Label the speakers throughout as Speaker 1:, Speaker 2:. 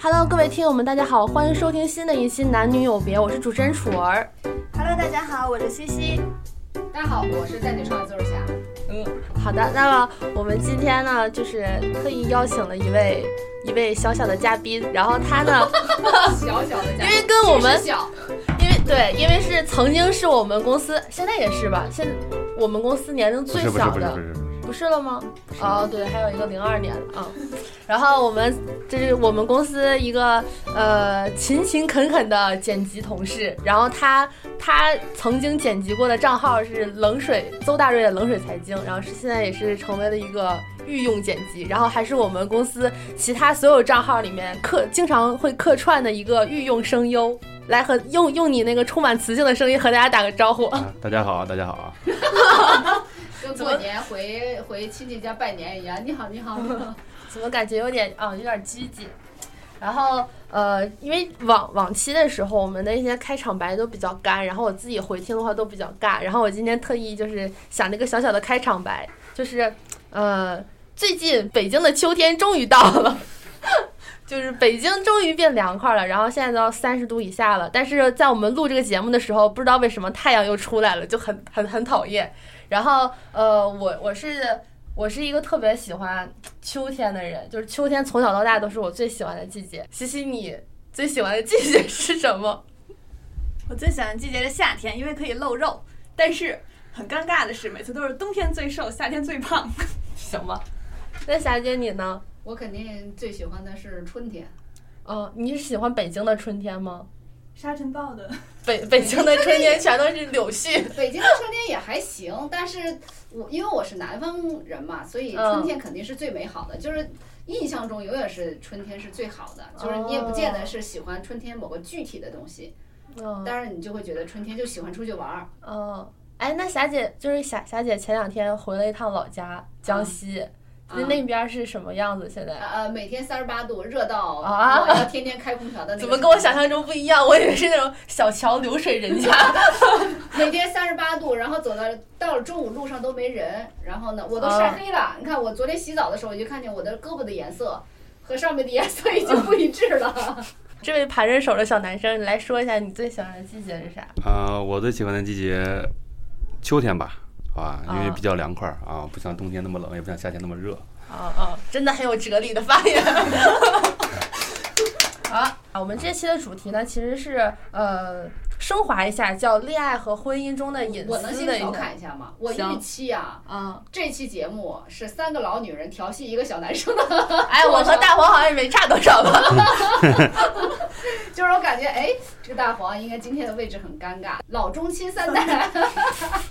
Speaker 1: Hello，各位听友们，大家好，欢迎收听新的一期《男女有别》，我是主持人楚儿。
Speaker 2: Hello，大家好，我是西西。
Speaker 3: 大家好，我是在女上海自由侠。
Speaker 1: 嗯好的，那么我们今天呢，就是特意邀请了一位一位小小的嘉宾，然后他 呢，
Speaker 3: 小小的家，
Speaker 1: 因为跟我们
Speaker 3: 真是小，
Speaker 1: 因为对，因为是曾经是我们公司，现在也是吧，现我们公司年龄
Speaker 4: 不
Speaker 1: 最
Speaker 4: 是不是
Speaker 1: 小
Speaker 4: 不是不
Speaker 1: 的，
Speaker 4: 是不是，
Speaker 1: 不是了吗？哦，对，还有一个零二年的啊。然后我们这是我们公司一个呃勤勤恳恳的剪辑同事，然后他他曾经剪辑过的账号是冷水邹大瑞的冷水财经，然后是现在也是成为了一个御用剪辑，然后还是我们公司其他所有账号里面客经常会客串的一个御用声优。来和用用你那个充满磁性的声音和大家打个招呼。
Speaker 4: 啊大家好啊，大家好啊，
Speaker 3: 跟过年回回亲戚家拜年一样。你好，你好，你好
Speaker 1: 怎么感觉有点啊、有点拘谨。然后呃，因为往往期的时候，我们的一些开场白都比较干，然后我自己回听的话都比较尬。然后我今天特意就是想了一个小小的开场白，就是呃，最近北京的秋天终于到了。 就是北京终于变凉快了，然后现在到三十度以下了。但是在我们录这个节目的时候，不知道为什么太阳又出来了，就很很很讨厌。然后呃，我我是我是一个特别喜欢秋天的人，就是秋天从小到大都是我最喜欢的季节。西西，你最喜欢的季节是什么？
Speaker 2: 我最喜欢的季节是夏天，因为可以露肉。但是很尴尬的是，每次都是冬天最瘦，夏天最胖。
Speaker 1: 行吧。 那霞姐你呢？
Speaker 3: 我肯定最喜欢的是春天。
Speaker 1: 嗯、你是喜欢北京的春天吗？
Speaker 2: 沙尘暴 的，
Speaker 1: 北北京的春天全都是柳 絮。
Speaker 3: 北京的春天也还行，但是我因为我是南方人嘛，所以
Speaker 1: 嗯
Speaker 3: 春天肯定是最美好的，就是。印象中永远是春天是最好的，
Speaker 1: 哦
Speaker 3: 就是你也不见得是喜欢春天某个具体的东西，
Speaker 1: 嗯
Speaker 3: 但是你就会觉得春天就喜欢出去玩儿。
Speaker 1: 嗯，哎，那霞姐就是霞霞姐前两天回了一趟老家江西，那、那边是什么样子？现在、
Speaker 3: 呃呃，每天三十八度，热到
Speaker 1: 啊
Speaker 3: 我要天天开空调的那
Speaker 1: 嗯
Speaker 3: 个。
Speaker 1: 怎么跟我想象中不一样？我以为是那种小桥流水人 家。
Speaker 3: 每天三十八度，然后走到到了中午路上都没人，然后呢，我都
Speaker 1: 哦
Speaker 3: 晒黑了。你看我昨天洗澡的时候，我就看见我的胳膊的颜色和上面的颜色已经不一致了。
Speaker 1: 这位盘着手的小男生，你来说一下你最喜欢的季节是啥？
Speaker 4: 啊，我最喜欢的季节秋天吧，好吧，因为
Speaker 1: 啊
Speaker 4: 比较凉快儿啊，不像冬天那么冷，也不像夏天那么热。
Speaker 1: 哦哦，真的很有哲理的发言。 好，啊我们这期的主题呢，其实是呃升华一下，叫恋爱和婚姻中的隐
Speaker 3: 我能
Speaker 1: 私
Speaker 3: 先
Speaker 1: 的一
Speaker 3: 调
Speaker 1: 个
Speaker 3: 侃一下吗？我
Speaker 1: 行
Speaker 3: 预期啊，
Speaker 1: 啊，
Speaker 3: 这期节目是三个老女人调戏一个小男生 的，
Speaker 1: 哎，我和大黄好像也没差多少 吧？
Speaker 3: 就是我感觉，哎，这个大黄应该今天的位置很尴尬，老中青三代。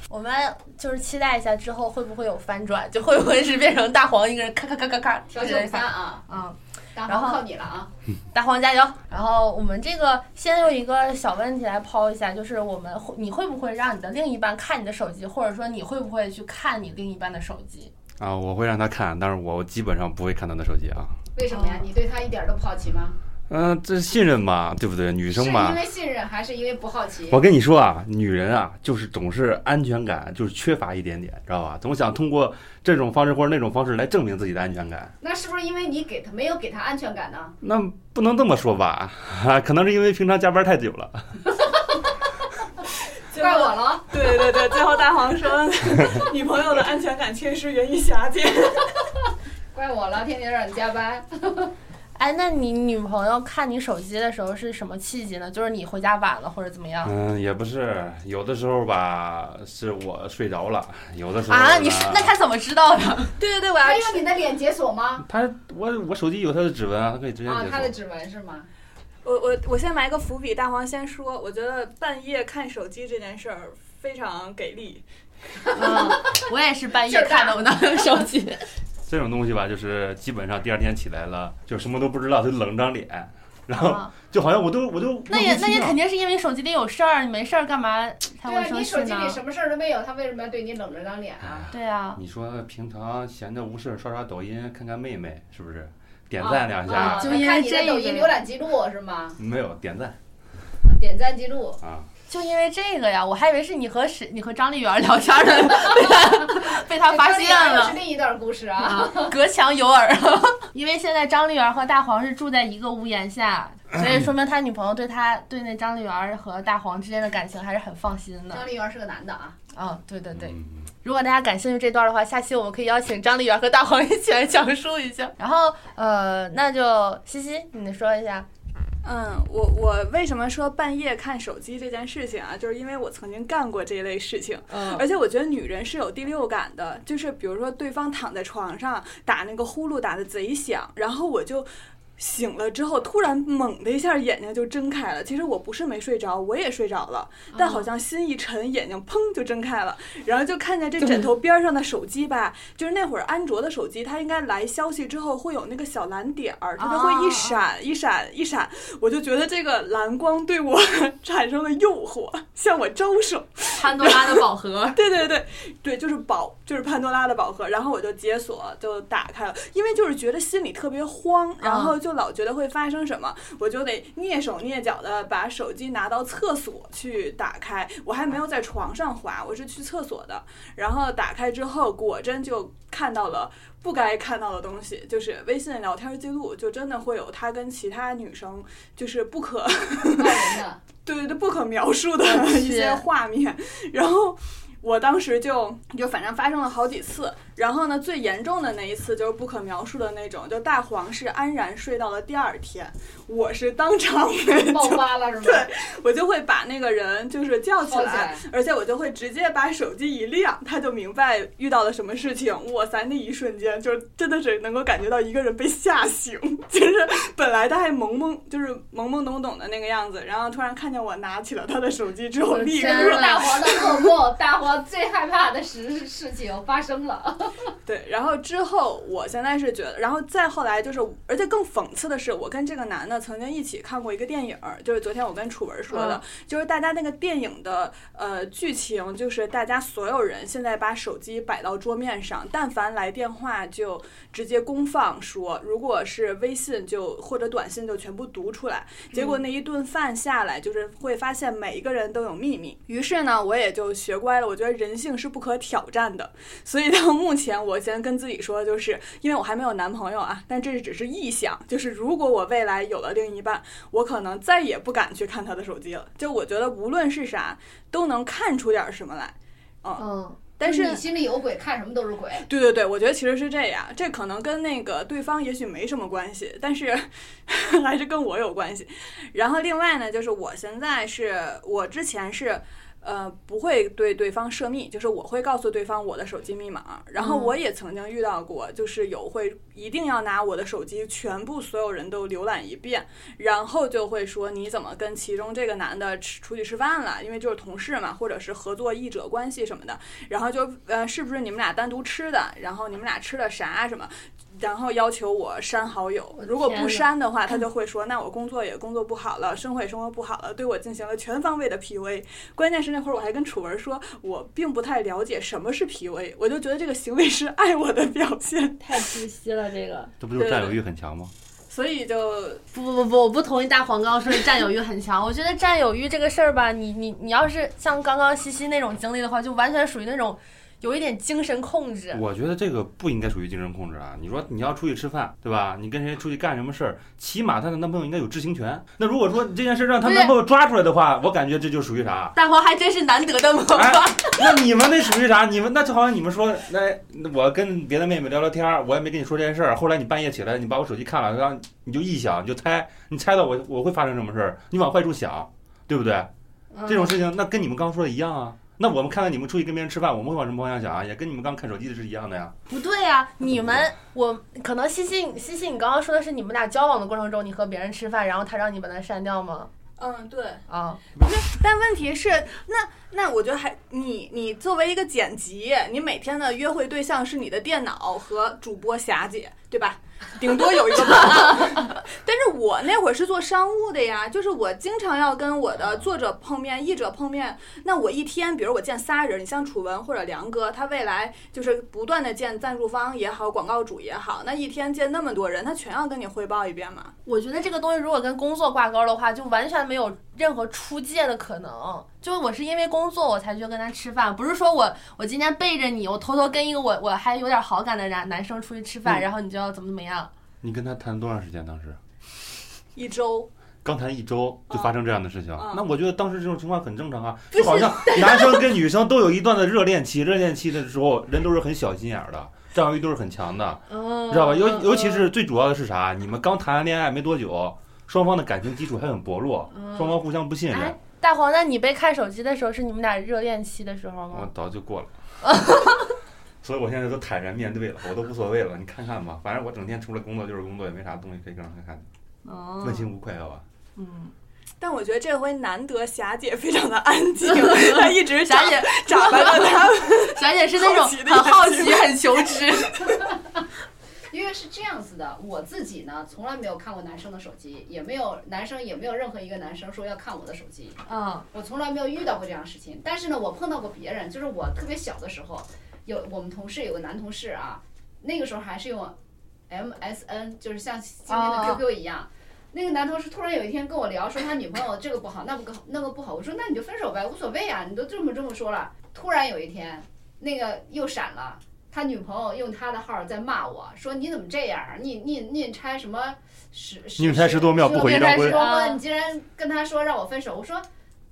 Speaker 1: 我们就是期待一下之后会不会有翻转，就会不会是变成大黄一个人咔咔咔咔咔
Speaker 3: 调戏我们仨啊，
Speaker 1: 啊？
Speaker 3: 大
Speaker 1: 然后
Speaker 3: 黄靠你了啊！
Speaker 1: 大黄加油！然后我们这个先用一个小问题来抛一下，就是我们会你会不会让你的另一半看你的手机，或者说你会不会去看你另一半的手机？
Speaker 4: 啊，我会让他看，但是我基本上不会看他的手机啊。
Speaker 3: 为什么
Speaker 1: 哦
Speaker 3: 呀？你对他一点都不好奇吗？
Speaker 4: 嗯、这是信任嘛，对不对？女
Speaker 3: 是
Speaker 4: 生
Speaker 3: 因
Speaker 4: 嘛，
Speaker 3: 为信任还是因为不好奇？
Speaker 4: 我跟你说啊，女人啊，就是总是安全感就是缺乏一点点，知道吧？总想通过这种方式或者那种方式来证明自己的安全感。
Speaker 3: 那是不是因为你给他没有给他安全感呢？
Speaker 4: 那不能这么说吧？啊，可能是因为平常加班太久了。
Speaker 3: 怪我了，
Speaker 2: 对对对，最后大黄说，女朋友的安全感缺失源于 狭见。
Speaker 3: 怪我了，天天让你加班。
Speaker 1: 哎，那你女朋友看你手机的时候是什么契机呢？就是你回家晚了或者怎么样？
Speaker 4: 嗯，也不是，有的时候吧，是我睡着了，有的时候
Speaker 1: 啊，
Speaker 4: 呢
Speaker 1: 你是那他怎么知道的？
Speaker 2: 对对对，我要
Speaker 3: 他用哎你的脸解锁吗？
Speaker 4: 他我我手机有他的指纹啊，他可以直接
Speaker 3: 啊，他的
Speaker 4: 解
Speaker 3: 指纹是吗？
Speaker 2: 我我我先埋个伏笔，大黄先说，我觉得半夜看手机这件事儿非常给力。
Speaker 1: 嗯，我也是半夜看的我 的手机。
Speaker 4: 锁。这种东西吧，就是基本上第二天起来了，就什么都不知道，就冷张脸，然后
Speaker 1: 啊
Speaker 4: 就好像我都我都
Speaker 1: 那也那也肯
Speaker 4: 定
Speaker 1: 定是因为手机里有事儿，你没事儿干嘛才
Speaker 3: 对
Speaker 1: 会
Speaker 3: 啊，
Speaker 1: 生
Speaker 3: 你
Speaker 1: 气
Speaker 3: 手机
Speaker 1: 呢
Speaker 3: 里？什么事儿都没有，他为什么要对你冷着张脸啊？
Speaker 1: 对啊，
Speaker 4: 你说平常闲着无事儿刷刷抖音，看看妹妹，是不是？点赞两下，
Speaker 3: 啊
Speaker 1: 就因为
Speaker 3: 看你
Speaker 1: 这
Speaker 3: 的抖
Speaker 1: 一
Speaker 3: 音
Speaker 1: 个
Speaker 3: 浏览记录是吗？
Speaker 4: 没有点赞
Speaker 3: 点赞记录，
Speaker 4: 啊，
Speaker 1: 就因为这个呀，我还以为是你和谁，你和张丽媛聊天 呢，被他被他
Speaker 3: 哎
Speaker 1: 发现
Speaker 3: 这
Speaker 1: 了
Speaker 3: 是。另一段故事啊。
Speaker 1: 隔墙有 耳，因为现在张丽媛和大黄是住在一个屋檐 下，所以说明他女朋友对他对那张丽媛和大黄之间的感情还是很放心的。
Speaker 3: 张丽媛是个男的啊，
Speaker 1: 啊，对对对。
Speaker 4: 嗯
Speaker 1: 如果大家感兴趣这段的话，下期我们可以邀请张丽媛和大黄一起来讲述一下。然后呃，那就西西，你说一下。
Speaker 5: 嗯，我我为什么说半夜看手机这件事情啊，就是因为我曾经干过这类事情，
Speaker 1: 嗯
Speaker 5: 而且我觉得女人是有第六感的，就是比如说对方躺在床上打那个呼噜打的贼响，然后我就。醒了之后，突然猛的一下眼睛就睁开了。其实我不是没睡着，我也睡着了，但好像心一沉，眼睛砰就睁开了，然后就看见这枕头边上的手机吧，就是那会儿安卓的手机，它应该来消息之后会有那个小蓝点儿，它就会一
Speaker 1: 啊
Speaker 5: 闪一闪一闪，我就觉得这个蓝光对我 产生了诱惑，向我招手。
Speaker 1: 潘多拉的宝盒。
Speaker 5: 对对对对，就是宝，就是潘多拉的宝盒。然后我就解锁，就打开了，因为就是觉得心里特别慌，然后就老觉得会发生什么，我就得蹑手蹑脚的把手机拿到厕所去打开。我还没有在床上滑，我是去厕所的。然后打开之后，果真就看到了不该看到的东西，就是微信聊天记录，就真的会有他跟其他女生就是不可
Speaker 3: 告人 的。
Speaker 5: 对对对，不可描述的
Speaker 1: 我去
Speaker 5: 一些画面。然后我当时就就反正发生了好几次，然后呢，最严重的那一次就是不可描述的那种，就大黄是安然睡到了第二天，我是当场
Speaker 3: 爆
Speaker 5: 就
Speaker 3: 发了是吗？
Speaker 5: 对我就会把那个人就是叫起
Speaker 3: 吵起
Speaker 5: 来
Speaker 3: 来。，
Speaker 5: 而且我就会直接把手机一亮，他就明白遇到了什么事情。哇塞，那一瞬间就是真的是能够感觉到一个人被吓醒， 就是本来他还懵懵，就是懵懵懂懂的那个样子，然后突然看见我拿起了他的手机之后，
Speaker 1: 我的
Speaker 5: 立刻
Speaker 1: 天
Speaker 3: 这是大黄的噩梦，大黄最害怕的事事情发生了。
Speaker 5: 对，然后之后，我现在是觉得，然后再后来就是，而且更讽刺的是，我跟这个男的曾经一起看过一个电影儿，就是昨天我跟楚文说的，
Speaker 1: 嗯
Speaker 5: 就是大家那个电影的呃剧情，就是大家所有人现在把手机摆到桌面上，但凡来电话就直接公放说，如果是微信就或者短信就全部读出来。结果那一顿饭下来，就是会发现每一个人都有秘密。于是呢，我也就学乖了，我觉得人性是不可挑战的。所以到目前，我先跟自己说，就是因为我还没有男朋友啊，但这只是臆想，就是如果我未来有了另一半，我可能再也不敢去看他的手机了。就我觉得无论是啥，都能看出点儿什么来。
Speaker 1: 嗯，
Speaker 5: 但是
Speaker 3: 你心里有鬼，看什么都是鬼。
Speaker 5: 对对对，我觉得其实是这样，这可能跟那个对方也许没什么关系，但是 还是跟我有关系。然后另外呢，就是我现在是我之前是。呃，不会对对方涉密，就是我会告诉对方我的手机密码。然后
Speaker 1: 嗯
Speaker 5: 我也曾经遇到过，就是有会一定要拿我的手机全部所有人都浏览一遍，然后就呃会说你怎么跟其中这个男的吃出去吃饭了，因为就是同事嘛，或者是合作译者关系什么的。然后就呃，是不是你们俩单独吃的？然后你们俩吃了啥什么？然后要求我删好友
Speaker 1: 我，的
Speaker 5: 如果
Speaker 1: 天
Speaker 5: 不
Speaker 1: 呐
Speaker 5: 删的话，他就会说，那我工作也工作不好了，生活也生活不好了，对我进行了全方位的 PUA。关键是那会儿我还跟楚文说，我并不太了解什么是 PUA，我就觉得这个行为是爱我的表 现，
Speaker 1: 太窒息了这个。
Speaker 4: 这不就是占有欲很强吗？
Speaker 5: 所以就
Speaker 1: 不不不不，我不同意大黄刚刚说的占有欲很强。我觉得占有欲这个事儿吧，你你你要是像刚刚西西那种经历的话，就完全属于那种有一点精神控制。
Speaker 4: 我觉得这个不应该属于精神控制啊！你说你要出去吃饭，对吧？你跟谁出去干什么事儿，起码她的男朋友应该有知情权。那如果说这件事让她男朋友抓出来的话，我感觉这就属于啥？
Speaker 1: 大黄还真是难得的萌
Speaker 4: 哎
Speaker 1: 吧？
Speaker 4: 那你们那属于啥？你们那就好像你们说，那、我跟别的妹妹聊聊天儿，我也没跟你说这件事儿。后来你半夜起来，你把我手机看了，然后你就臆想，你就猜，你猜到我我会发生什么事儿，你往坏处想，对不对？这种事情，那跟你们刚说的一样啊。那我们看到你们出去跟别人吃饭，我们会往什么方向想啊？也跟你们刚看手机的是一样的呀。
Speaker 1: 不对啊，你们我可能西西西西，你刚刚说的是你们俩交往的过程中，你和别人吃饭，然后他让你把他删掉吗？
Speaker 5: 嗯，对。
Speaker 1: 啊，
Speaker 5: 但问题是，那那我觉得还你你作为一个剪辑，你每天的约会对象是你的 电脑和主播霞姐，对吧？顶多有一个伴。但是我那
Speaker 2: 那会儿是做商务的呀，就是我经常要跟我的作者碰面、译者碰面。那我一天，比如我见仨人，你像楚文或者梁哥，他未来就是不断的见赞助方也好，广告主也好，那一天见那么多人，他全要跟你汇报一遍嘛。
Speaker 1: 我觉得这个东西如果跟工作挂钩的话，就完全没有任何出界的可能。就我是因为工作我才去跟他吃饭，不是说我我今天背着你，我偷偷跟一个我我还有点好感的男男生出去吃饭，
Speaker 4: 嗯
Speaker 1: 然后你就要怎么怎么样。
Speaker 4: 你跟他谈多长时间？当时
Speaker 2: 一周，
Speaker 4: 刚谈一周就发生这样的事情
Speaker 2: 嗯，
Speaker 4: 那我觉得当时这种情况很正常啊，
Speaker 2: 不是
Speaker 4: 就 好像男生跟女生都有一段的热恋期，热恋期的时候人都是很小心眼儿的，占有欲都是很强的，
Speaker 1: 嗯，
Speaker 4: 知道吧？尤
Speaker 1: 嗯
Speaker 4: 尤其是最主要的是啥？你们刚谈恋爱没多久，双方的感情基础还很薄弱，
Speaker 1: 嗯
Speaker 4: 双方互相不信
Speaker 1: 哎
Speaker 4: 任，
Speaker 1: 大黄，那你被看手机的时候是你们俩热恋期的时候
Speaker 4: 我
Speaker 1: 吗？
Speaker 4: 早 就过了。所以我现在都坦然面对了，我都无所谓了。你看看吧，反正我整天除了工作就是工作，也没啥东西可以让人看，
Speaker 1: 哦
Speaker 4: 问心无愧，好吧？
Speaker 1: 嗯，
Speaker 2: 但我觉得这回难得霞姐非常的安静，她一 直
Speaker 1: 霞
Speaker 2: 眨
Speaker 1: 姐，
Speaker 2: 眨巴着她
Speaker 1: 霞姐是那种
Speaker 2: 好奇的
Speaker 1: 很好
Speaker 2: 眼
Speaker 1: 奇、很求知。
Speaker 3: 因为是这样子的，我自己呢从来没有看过男生的手机，也没有男生也没有任何一个男生说要看我的手机，
Speaker 1: 嗯
Speaker 3: 我从来没有遇到过这样的事情。但是呢，我碰到过别人，就是我特别小的时候，有我们同事有个男同事啊，那个时候还是用 MSN，就是像今天的
Speaker 1: 哦
Speaker 3: QQ 一样。那个男同事突然有一天跟我聊，说他女朋友这个不好，那不那个不好。我说那你就分手呗，无所谓啊，你都这么这么说了。突然有一天，那个又闪了，他女朋友用他的号在骂我说你怎么这样儿？你你你拆什么十
Speaker 4: 宁拆十多庙不毁一张
Speaker 3: 十
Speaker 4: 婚
Speaker 3: 多
Speaker 1: 啊
Speaker 3: 婚，你竟然跟他说让我分手，我说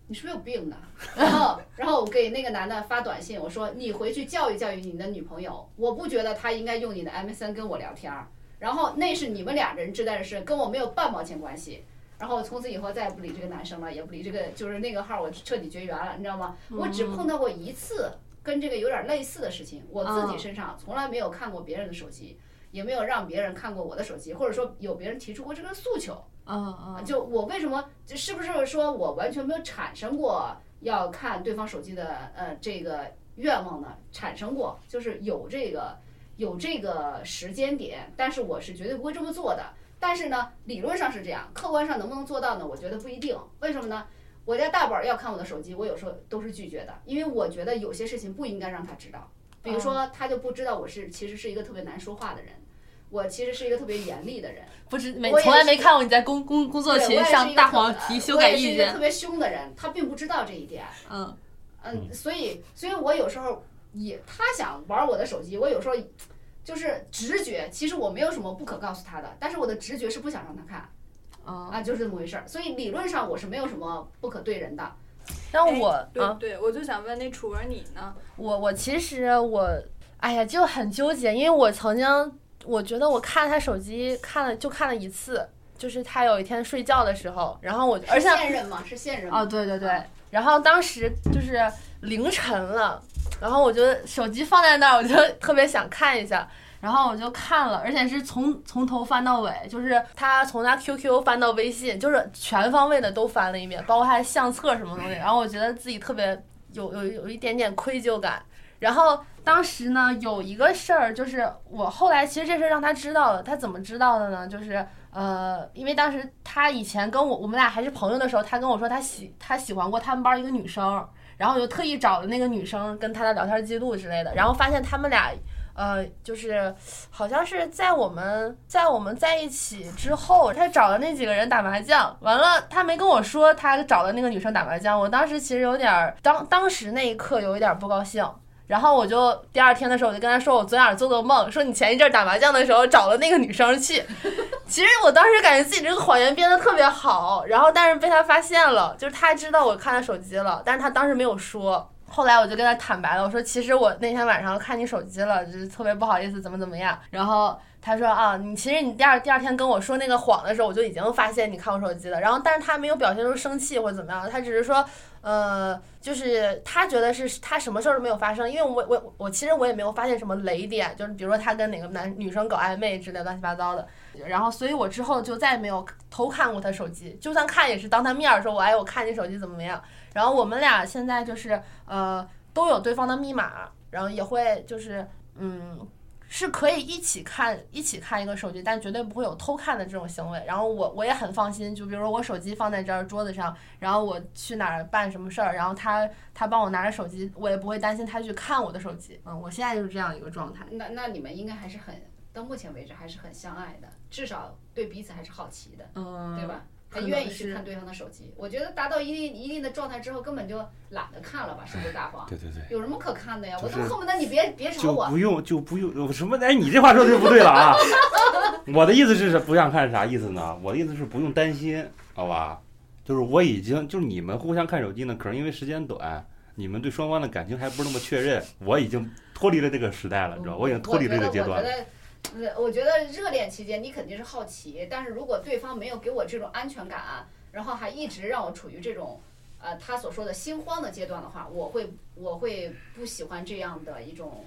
Speaker 3: 你是不是有病啊？然后然后我给那个男的发短信，我说你回去教育教育你的女朋友，我不觉得她应该用你的 MSN 跟我聊天儿。然后那是你们俩人之间的事，跟我没有半毛钱关系。然后从此以后再也不理这个男生了，也不理这个就是那个号，我彻底绝缘了，你知道吗？我只碰到过一次跟这个有点类似的事情，我自己身上从来没有看过别人的手机，也没有让别人看过我的手机，或者说有别人提出过这个诉求。
Speaker 1: 嗯
Speaker 3: 啊，
Speaker 1: 嗯，
Speaker 3: 就我为什么，就是不是说我完全没有产生过要看对方手机的呃这个愿望呢？产生过，就是有这个有这个时间点，但是我是绝对不会这么做的。但是呢，理论上是这样，客观上能不能做到呢？我觉得不一定。为什么呢？我家大宝要看我的手机，我有时候都是拒绝的，因为我觉得有些事情不应该让他知道。比如说，他就不知道我是其实是一个特别难说话的人，我其实是一个特别严厉的人。
Speaker 1: 不知没
Speaker 3: 我也
Speaker 1: 从来
Speaker 3: 是
Speaker 1: 没看过你在工工工作
Speaker 3: 对
Speaker 1: 群
Speaker 3: 我也是
Speaker 1: 向
Speaker 3: 一个
Speaker 1: 大
Speaker 3: 特
Speaker 1: 黄
Speaker 3: 别
Speaker 1: 提
Speaker 3: 呃
Speaker 1: 修
Speaker 3: 我
Speaker 1: 改
Speaker 3: 也是
Speaker 1: 意
Speaker 3: 一个
Speaker 1: 见
Speaker 3: 特。别凶的人，他并不知道这一点。
Speaker 1: 嗯
Speaker 3: 嗯，
Speaker 4: 嗯
Speaker 3: 所以，所以我有时候也他想玩我的手机，我有时候就是直觉，其实我没有什么不可告诉他的，但是我的直觉是不想让他看
Speaker 1: 嗯，
Speaker 3: 啊，就是这么回事儿。所以理论上我是没有什么不可对人的。
Speaker 1: 但
Speaker 2: 哎
Speaker 1: 我
Speaker 2: 对
Speaker 1: 啊，
Speaker 2: 对，我就想问那楚文你呢？
Speaker 1: 我我其实我，哎呀，就很纠结，因为我曾经我觉得我看他手机看了就看了一次，就是他有一天睡觉的时候，然后我而且
Speaker 3: 是现任嘛，是现任嘛啊
Speaker 1: 哦，对对对，然后当时就是凌晨了，然后我就手机放在那儿，我就特别想看一下，然后我就看了，而且是从 从头翻到尾，就是他从他 QQ 翻到微信，就是全方位的都翻了一遍，包括他的相册什么东西，然后我觉得自己特别有有有一点点愧疚感。然后当时呢，有一个事儿，就是我后来其实这事儿让他知道了，他怎么知道的呢？就是呃，因为当时他以前跟我我们俩还是朋友的时候，他跟我说他喜他喜欢过他们班儿一个女生，然后我就特意找了那个女生跟他的聊天记录之类的，然后发现他们俩呃，就是好像是在我们在我们在一起之后，他找了那几个人打麻将，完了他没跟我说他找了那个女生打麻将，我当时其实有点儿当当时那一刻有一点儿不高兴。然后我就 第二天的时候，我就跟他说，我昨晚上做的梦，说你前一阵儿打麻将的时候找了那个女生去， 其实我当时感觉自己这个谎言编得特别好，然后但是被他发现了，就是他知道我看他手机了，但是他当时没有说。后来我就跟他坦白了，我说其实我那天晚上看你手机了，就是特别不好意思，怎么怎么样。然后他说啊，你其实你第二第二天跟我说那个谎的时候，我就已经发现你看我手机了。然后但是他没有表现出生气或者怎么样，他只是说，呃，就是他觉得是他什么事儿都没有发生，因为我我我其实我也没有发现什么雷点，就是比如说他跟哪个男女生搞暧昧之类的乱七八糟的。然后，所以我之后就再也没有偷看过他手机，就算看也是当他面儿说，我哎，我看你手机怎么怎么样。然后我们俩现在就是呃都有对方的密码，然后也会就是嗯是可以一起看一起看一个手机，但绝对不会有偷看的这种行为。然后我我也很放心，就比如说我手机放在这儿桌子上，然后我去哪儿办什么事儿，然后他他帮我拿着手机，我也不会担心他去看我的手机。嗯，我现在就是这样一个状态。
Speaker 3: 那那你们应该还是很到目前为止还是很相爱的，至少对彼此还是好奇的，
Speaker 1: 嗯，
Speaker 3: 对？吧？还
Speaker 1: 可能
Speaker 3: 愿意
Speaker 1: 是
Speaker 3: 去看对方的手机。我觉得达到一定一定的状态之后，根本就懒得看了吧，是不是大黄？
Speaker 4: 哎对对对，
Speaker 3: 有什么可看的呀？
Speaker 4: 就
Speaker 3: 我
Speaker 4: 是
Speaker 3: 都恨不得你别别吵
Speaker 4: 就
Speaker 3: 我。
Speaker 4: 不用就不用有什么？哎，你这话说的就不对 了啊！我的意思是不想看是啥意思呢？我的意思是不用担心，好吧？就是我已经就是你们互相看手机呢，可能因为时间短，你们对双方的感情还不是那么确认，我已经脱离了这个时代了，你知道，我已经脱离了这个阶段
Speaker 3: 我觉
Speaker 4: 了。
Speaker 3: 得。我觉得呃我觉得热恋期间你肯定是好奇，但是如果对方没有给我这种安全感，然后还一直让我处于这种，呃，他所说的心慌的阶段的话，我会我会不喜欢这样的一种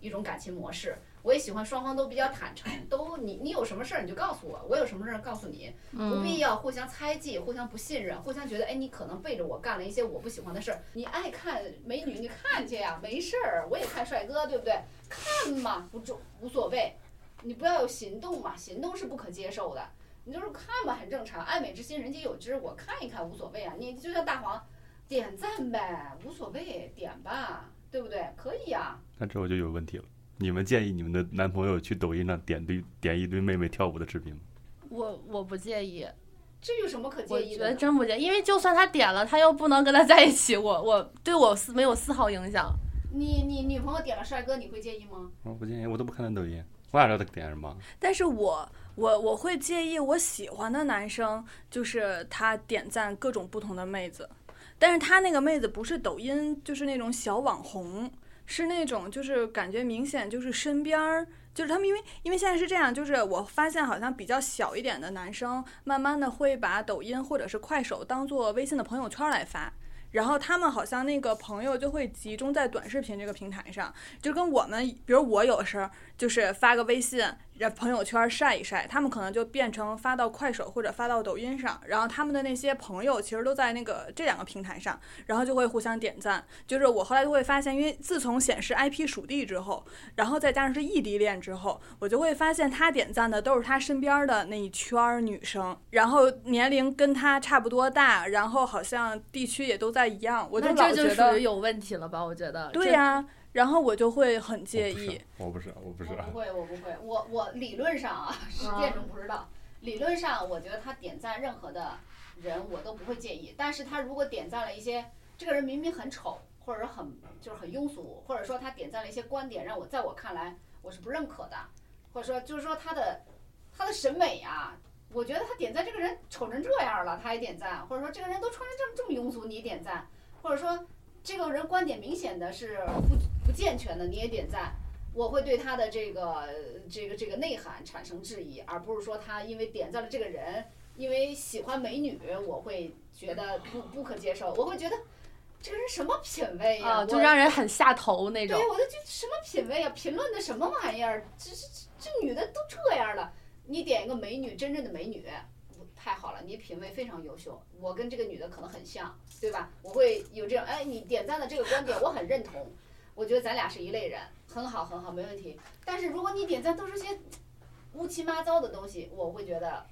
Speaker 3: 一种感情模式。我也喜欢双方都比较坦诚，都你你有什么事儿你就告诉我，我有什么事儿告诉你，不
Speaker 1: 嗯
Speaker 3: 必要互相猜忌、互相不信任、互相觉得哎你可能背着我干了一些我不喜欢的事儿。你爱看美女你看去呀，没事儿，我也看帅哥，对不对？看嘛，不重无所谓，你不要有行动嘛，行动是不可接受的。你就是看吧，很正常，爱美之心人皆有之，我看一看无所谓啊。你就像大黄，点赞呗，无所谓，点吧，对不对？可以啊呀、
Speaker 4: 那这我就有问题了。你们建议你们的男朋友去抖音上点堆点一堆妹妹跳舞的视频吗？
Speaker 1: 我我不介意，
Speaker 3: 这有什么可
Speaker 1: 我
Speaker 3: 介意
Speaker 1: 觉
Speaker 3: 的
Speaker 1: 得
Speaker 3: 呢？
Speaker 1: 真不介意，因为就算他点了，他又不能跟他在一起，我我对我丝没有丝毫影响。
Speaker 3: 你你女朋友点了帅哥，你会介意吗？
Speaker 4: 我不建议，我都不看她抖音，我哪知道她点什么？
Speaker 5: 但是我我我会介意我喜欢的男生，就是他点赞各种不同的妹子，但是他那个妹子不是抖音，就是那种小网红，是那种就是感觉明显就是身边儿。就是他们，因为因为现在是这样，就是我发现好像比较小一点的男生，慢慢的会把抖音或者是快手当做微信的朋友圈来发，然后他们好像那个朋友就会集中在短视频这个平台上，就跟我们，比如我有时候就是发个微信，然后朋友圈晒一晒，他们可能就变成发到快手或者发到抖音上，然后他们的那些朋友其实都在那个这两个平台上，然后就会互相点赞。就是我后来就会发现，因为自从显示 IP 属地之后，然后再加上是异地恋之后，我就会发现他点赞的都是他身边的那一圈儿女生，然后年龄跟他差不多大，然后好像地区也都在一样，我就
Speaker 1: 那
Speaker 5: 老
Speaker 1: 这
Speaker 5: 觉
Speaker 1: 就
Speaker 5: 得
Speaker 1: 属于有问题了吧？我觉得。
Speaker 5: 对
Speaker 1: 这
Speaker 5: 呀、然后我就会很介意。
Speaker 4: 我不是，我不是，啊
Speaker 3: 我不会，我不会，我我理论上啊，实践中不知道。理论上，我觉得他点赞任何的人，我都不会介意。但是他如果点赞了一些这个人明明很丑，或者是很就是很庸俗，或者说他点赞了一些观点，让我在我看来我是不认可的，或者说就是说他的他的审美啊，我觉得他点赞这个人丑成这样了，他还点赞，或者说这个人都穿成这么这么庸俗，你也点赞，或者说这个人观点明显的是不不健全的，你也点赞。我会对他的这个这个这个内涵产生质疑，而不是说他因为点赞了这个人，因为喜欢美女，我会觉得不不可接受，我会觉得这个人什么品味呀、
Speaker 1: 啊，就
Speaker 3: 我
Speaker 1: 让人很下头那种
Speaker 3: 对，。我就觉得什么品味啊，评论的什么玩意儿？这这这这女的都这样了，你点一个美女，真正的美女，我太好了，你品味非常优秀，我跟这个女的可能很像，对吧？我会有这种，哎，你点赞的这个观点我很认同，我觉得咱俩是一类人，很好很好，没问题。但是如果你点赞都是些乌七八糟的东西，我会觉得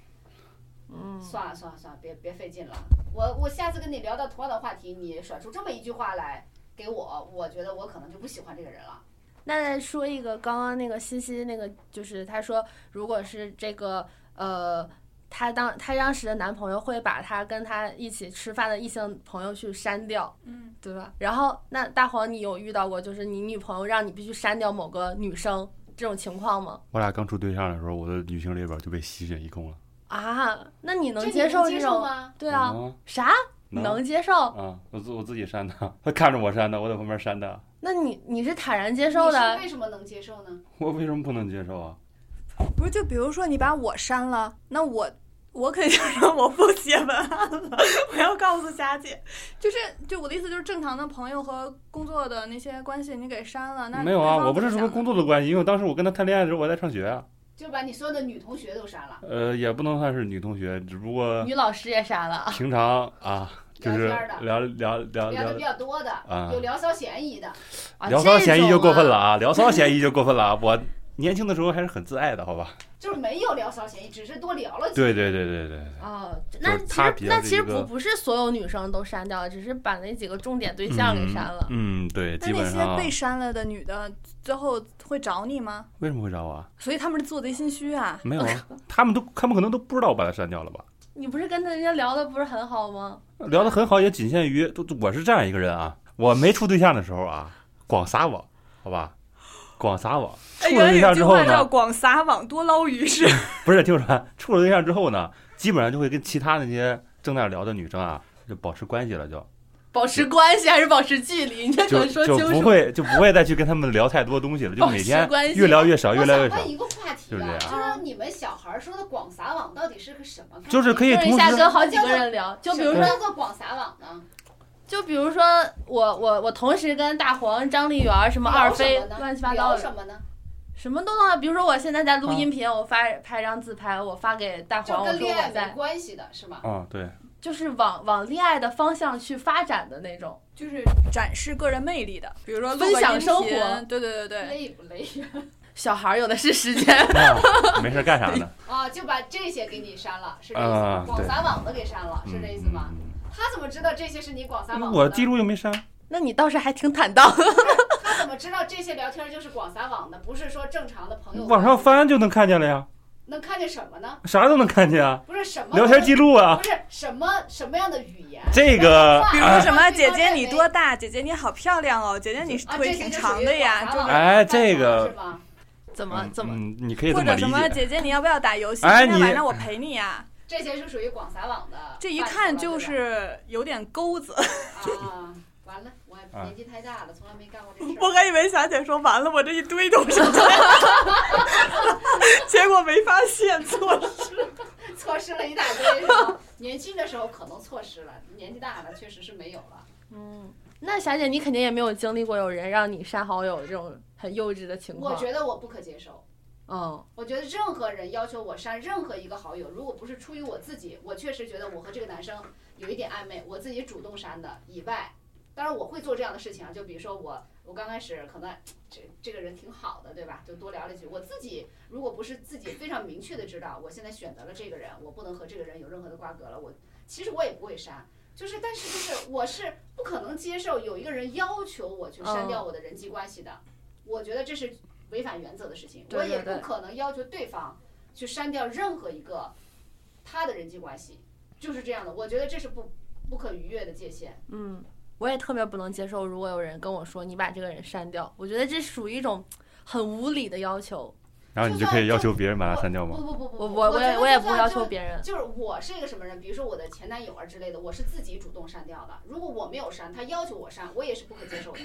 Speaker 1: 嗯，
Speaker 3: 算了算了算了，别别费劲了。我我下次跟你聊到同样的话题，你甩出这么一句话来给我，我觉得我可能就不喜欢这个人了。
Speaker 1: 那再说一个，刚刚那个西西那个，就是她说，如果是这个呃，她当她当时的男朋友会把她跟她一起吃饭的异性朋友去删掉，
Speaker 5: 嗯，
Speaker 1: 对吧？然后那大黄，你有遇到过就是你女朋友让你必须删掉某个女生这种情况吗？
Speaker 4: 我俩刚处对象的时候，我的女性列表就被席卷一空了。
Speaker 1: 啊，那你能
Speaker 3: 这
Speaker 1: 接
Speaker 3: 你能
Speaker 1: 受这
Speaker 3: 接
Speaker 1: 种？
Speaker 3: 吗？
Speaker 1: 对啊，
Speaker 4: 嗯
Speaker 1: 啥能接受？
Speaker 4: 啊，我自我自己删的，他看着我删的，我在旁边删的，
Speaker 1: 那你你是坦然接
Speaker 3: 你
Speaker 1: 受
Speaker 3: 是
Speaker 1: 的？
Speaker 3: 为什么能接受呢？
Speaker 4: 我为什么不能接受啊？
Speaker 5: 不是，就比如说你把我删了，那我我肯定说我不写文案了，我要告诉佳姐，就是就我的意思就是正常的朋友和工作的那些关系你给删了，那
Speaker 4: 没有啊，
Speaker 5: 对方
Speaker 4: 我不是说
Speaker 5: 怎么想
Speaker 4: 工作的关系，因为我当时我跟他谈恋爱的时候我还在上学啊，
Speaker 3: 就把你所有的女同学都删了，
Speaker 4: 呃，也不能算是女同学，只不过
Speaker 1: 女老师也删了。
Speaker 4: 平常啊，就是
Speaker 3: 聊天的
Speaker 4: 聊聊聊
Speaker 3: 聊的
Speaker 4: 聊
Speaker 3: 比较多的，
Speaker 4: 啊
Speaker 3: 有聊骚嫌疑的，
Speaker 1: 啊
Speaker 4: 聊骚嫌疑就过分。
Speaker 1: 这种
Speaker 4: 了
Speaker 1: 啊
Speaker 4: 啊，聊骚嫌疑就过分了啊，我年轻的时候还是很自爱的，好吧？
Speaker 3: 就是没有聊骚嫌疑，只是多聊了几。
Speaker 4: 对对对对对，
Speaker 1: 哦，那
Speaker 4: 就是
Speaker 1: 其
Speaker 4: 他
Speaker 1: 实
Speaker 4: 比较
Speaker 1: 那
Speaker 4: 是
Speaker 1: 其实
Speaker 4: 一个
Speaker 1: 不不是所有女生都删掉了，只是把那几个重点对象给删了。
Speaker 4: 嗯，嗯对，
Speaker 5: 那
Speaker 4: 基
Speaker 5: 那
Speaker 4: 本
Speaker 5: 些
Speaker 4: 上
Speaker 5: 被删了的女的，最后会找你吗？
Speaker 4: 为什么会找我啊？
Speaker 5: 所以他们是做贼心虚啊。
Speaker 4: 没有啊，他们都他们可能都不知道我把他删掉了吧？
Speaker 1: 你不是跟人家聊的不是很好吗？
Speaker 4: 聊得很好，也仅限于都都我是这样一个人啊，我没处对象的时候啊，广撒网，好吧，广撒网。
Speaker 5: 哎，
Speaker 4: 处
Speaker 5: 原
Speaker 4: 了
Speaker 5: 来
Speaker 4: 对
Speaker 5: 有
Speaker 4: 象
Speaker 5: 句
Speaker 4: 之后
Speaker 5: 话叫“
Speaker 4: 呢，
Speaker 5: 广撒网，多捞鱼”是。
Speaker 4: 不是听我说，处了对象之后呢，基本上就会跟其他那些正在聊的女生啊，就保持关系了，就
Speaker 1: 保持关系还是保持距离？你这
Speaker 4: 就
Speaker 1: 可说
Speaker 4: 就
Speaker 1: 清
Speaker 4: 不
Speaker 1: 楚。
Speaker 4: 会就不会再去跟他们聊太多东西了，就
Speaker 1: 保
Speaker 4: 每
Speaker 1: 持
Speaker 4: 天
Speaker 1: 关系
Speaker 4: 越聊越少，越
Speaker 3: 我
Speaker 4: 聊
Speaker 3: 想
Speaker 4: 越少
Speaker 3: 问，一个话题
Speaker 4: 就是这
Speaker 3: 啊，
Speaker 4: 样
Speaker 3: 就是你们小孩说的广撒网到底是个什么概念？
Speaker 4: 就是可以
Speaker 1: 就是一
Speaker 4: 同
Speaker 1: 下
Speaker 4: 时
Speaker 1: 跟好几个人聊，就比如
Speaker 3: 什么
Speaker 1: 说，
Speaker 3: 叫做广撒网呢？
Speaker 1: 就比如说我我我同时跟大黄、张丽媛、什么二飞
Speaker 3: 聊什么呢
Speaker 1: 乱七八糟
Speaker 3: 聊
Speaker 1: 的，
Speaker 3: 什么呢？
Speaker 1: 什么都能聊。比如说我现在在
Speaker 4: 啊
Speaker 1: 录音频，我发拍张自拍，我发给大
Speaker 3: 就
Speaker 1: 黄，我
Speaker 3: 跟
Speaker 1: 说
Speaker 3: 恋
Speaker 1: 我
Speaker 3: 爱没
Speaker 1: 在，
Speaker 3: 关系的是吗？
Speaker 4: 啊，对，
Speaker 1: 就是往往恋爱的方向去发展的那种。
Speaker 5: 就是展示个人魅力的，比如说录
Speaker 1: 分
Speaker 5: 个
Speaker 1: 享
Speaker 5: 音
Speaker 1: 生
Speaker 5: 频
Speaker 1: 活
Speaker 5: 对对对对，
Speaker 3: 累不累
Speaker 1: 小孩儿有的是时间，
Speaker 4: 啊没事干啥呢？
Speaker 3: 啊？就把这些给你删了，是这意思
Speaker 4: 啊
Speaker 3: 吗？
Speaker 4: 对
Speaker 3: 广撒网的给删了， 是这意思吗？
Speaker 4: 嗯？
Speaker 3: 他怎么知道这些是你广撒网
Speaker 4: 嗯
Speaker 3: 的呢？
Speaker 4: 我记录又没删，
Speaker 1: 那你倒是还挺坦荡。
Speaker 3: 他怎么知道这些聊天就是广撒网的？不是说正常的朋友
Speaker 4: 往上翻就能看见了呀，
Speaker 3: 能看见什么呢？
Speaker 4: 啥都能看见啊，
Speaker 3: 不是什么
Speaker 4: 聊天记录啊。
Speaker 3: 不是什么什么样的语言？
Speaker 4: 这个
Speaker 3: 话
Speaker 5: 比如说什么
Speaker 3: 啊
Speaker 5: 姐姐你多大，姐姐你好漂亮哦，姐姐你
Speaker 3: 啊，
Speaker 5: 腿
Speaker 3: 这些
Speaker 5: 挺
Speaker 3: 就
Speaker 5: 长
Speaker 3: 属于
Speaker 5: 的呀，
Speaker 3: 广啊
Speaker 5: 就
Speaker 3: 撒网的
Speaker 5: 是
Speaker 4: 哎
Speaker 3: 范畴
Speaker 4: 这个
Speaker 3: 是吗？
Speaker 1: 怎么
Speaker 4: 嗯
Speaker 1: 怎么？
Speaker 4: 嗯，你可以这
Speaker 5: 或
Speaker 4: 么
Speaker 5: 者
Speaker 4: 理
Speaker 5: 什么
Speaker 4: 解。
Speaker 5: 姐姐你要不要打游戏？
Speaker 4: 哎
Speaker 5: 今天晚
Speaker 4: 你
Speaker 5: 上我陪你呀，
Speaker 3: 这些是属于广撒网的，
Speaker 5: 这一看就是有点钩子。
Speaker 3: 啊。完了，我
Speaker 4: 啊
Speaker 3: 年纪太大了，从来没干过这事
Speaker 5: 我
Speaker 3: 儿。
Speaker 5: 还以为霞姐说完了，我这一堆都是这样， 结果没发现错了。
Speaker 3: 错失了一大堆，是吗？年轻的时候可能错失了，年纪大了确实是没有了。
Speaker 1: 嗯，那霞姐，你肯定也没有经历过有人让你删好友这种很幼稚的情况。
Speaker 3: 我觉得我不可接受。
Speaker 1: 嗯，
Speaker 3: 我觉得任何人要求我删任何一个好友，如果不是出于我自己，我确实觉得我和这个男生有一点暧昧，我自己主动删的以外，当然我会做这样的事情啊，就比如说我我刚开始可能这这个人挺好的，对吧？就多聊了几句。我自己如果不是自己非常明确的知道，我现在选择了这个人，我不能和这个人有任何的瓜葛了，我其实我也不会删。就是，但是就是我是不可能接受有一个人要求我去删掉我的人际关系的，我觉得这是违反原则的事情，
Speaker 1: 对对
Speaker 3: 我也
Speaker 1: 对
Speaker 3: 不可能要求对方去删掉任何一个他的人际关系，就是这样的。我觉得这是不不可逾越的界限。
Speaker 1: 嗯，我也特别不能接受，如果有人跟我说你把这个人删掉，我觉得这属于一种很无理的要求。
Speaker 4: 然后你就可以要求别人把他删掉
Speaker 3: 不
Speaker 4: 吗？
Speaker 3: 不不不，
Speaker 1: 我
Speaker 3: 我
Speaker 1: 我我也我也不要求
Speaker 3: 别。
Speaker 1: 别人。
Speaker 3: 就是我是一个什么人，比如说我的前男友啊之类的，我是自己主动删掉的。如果我没有删，他要求我删，我也是不可接受的。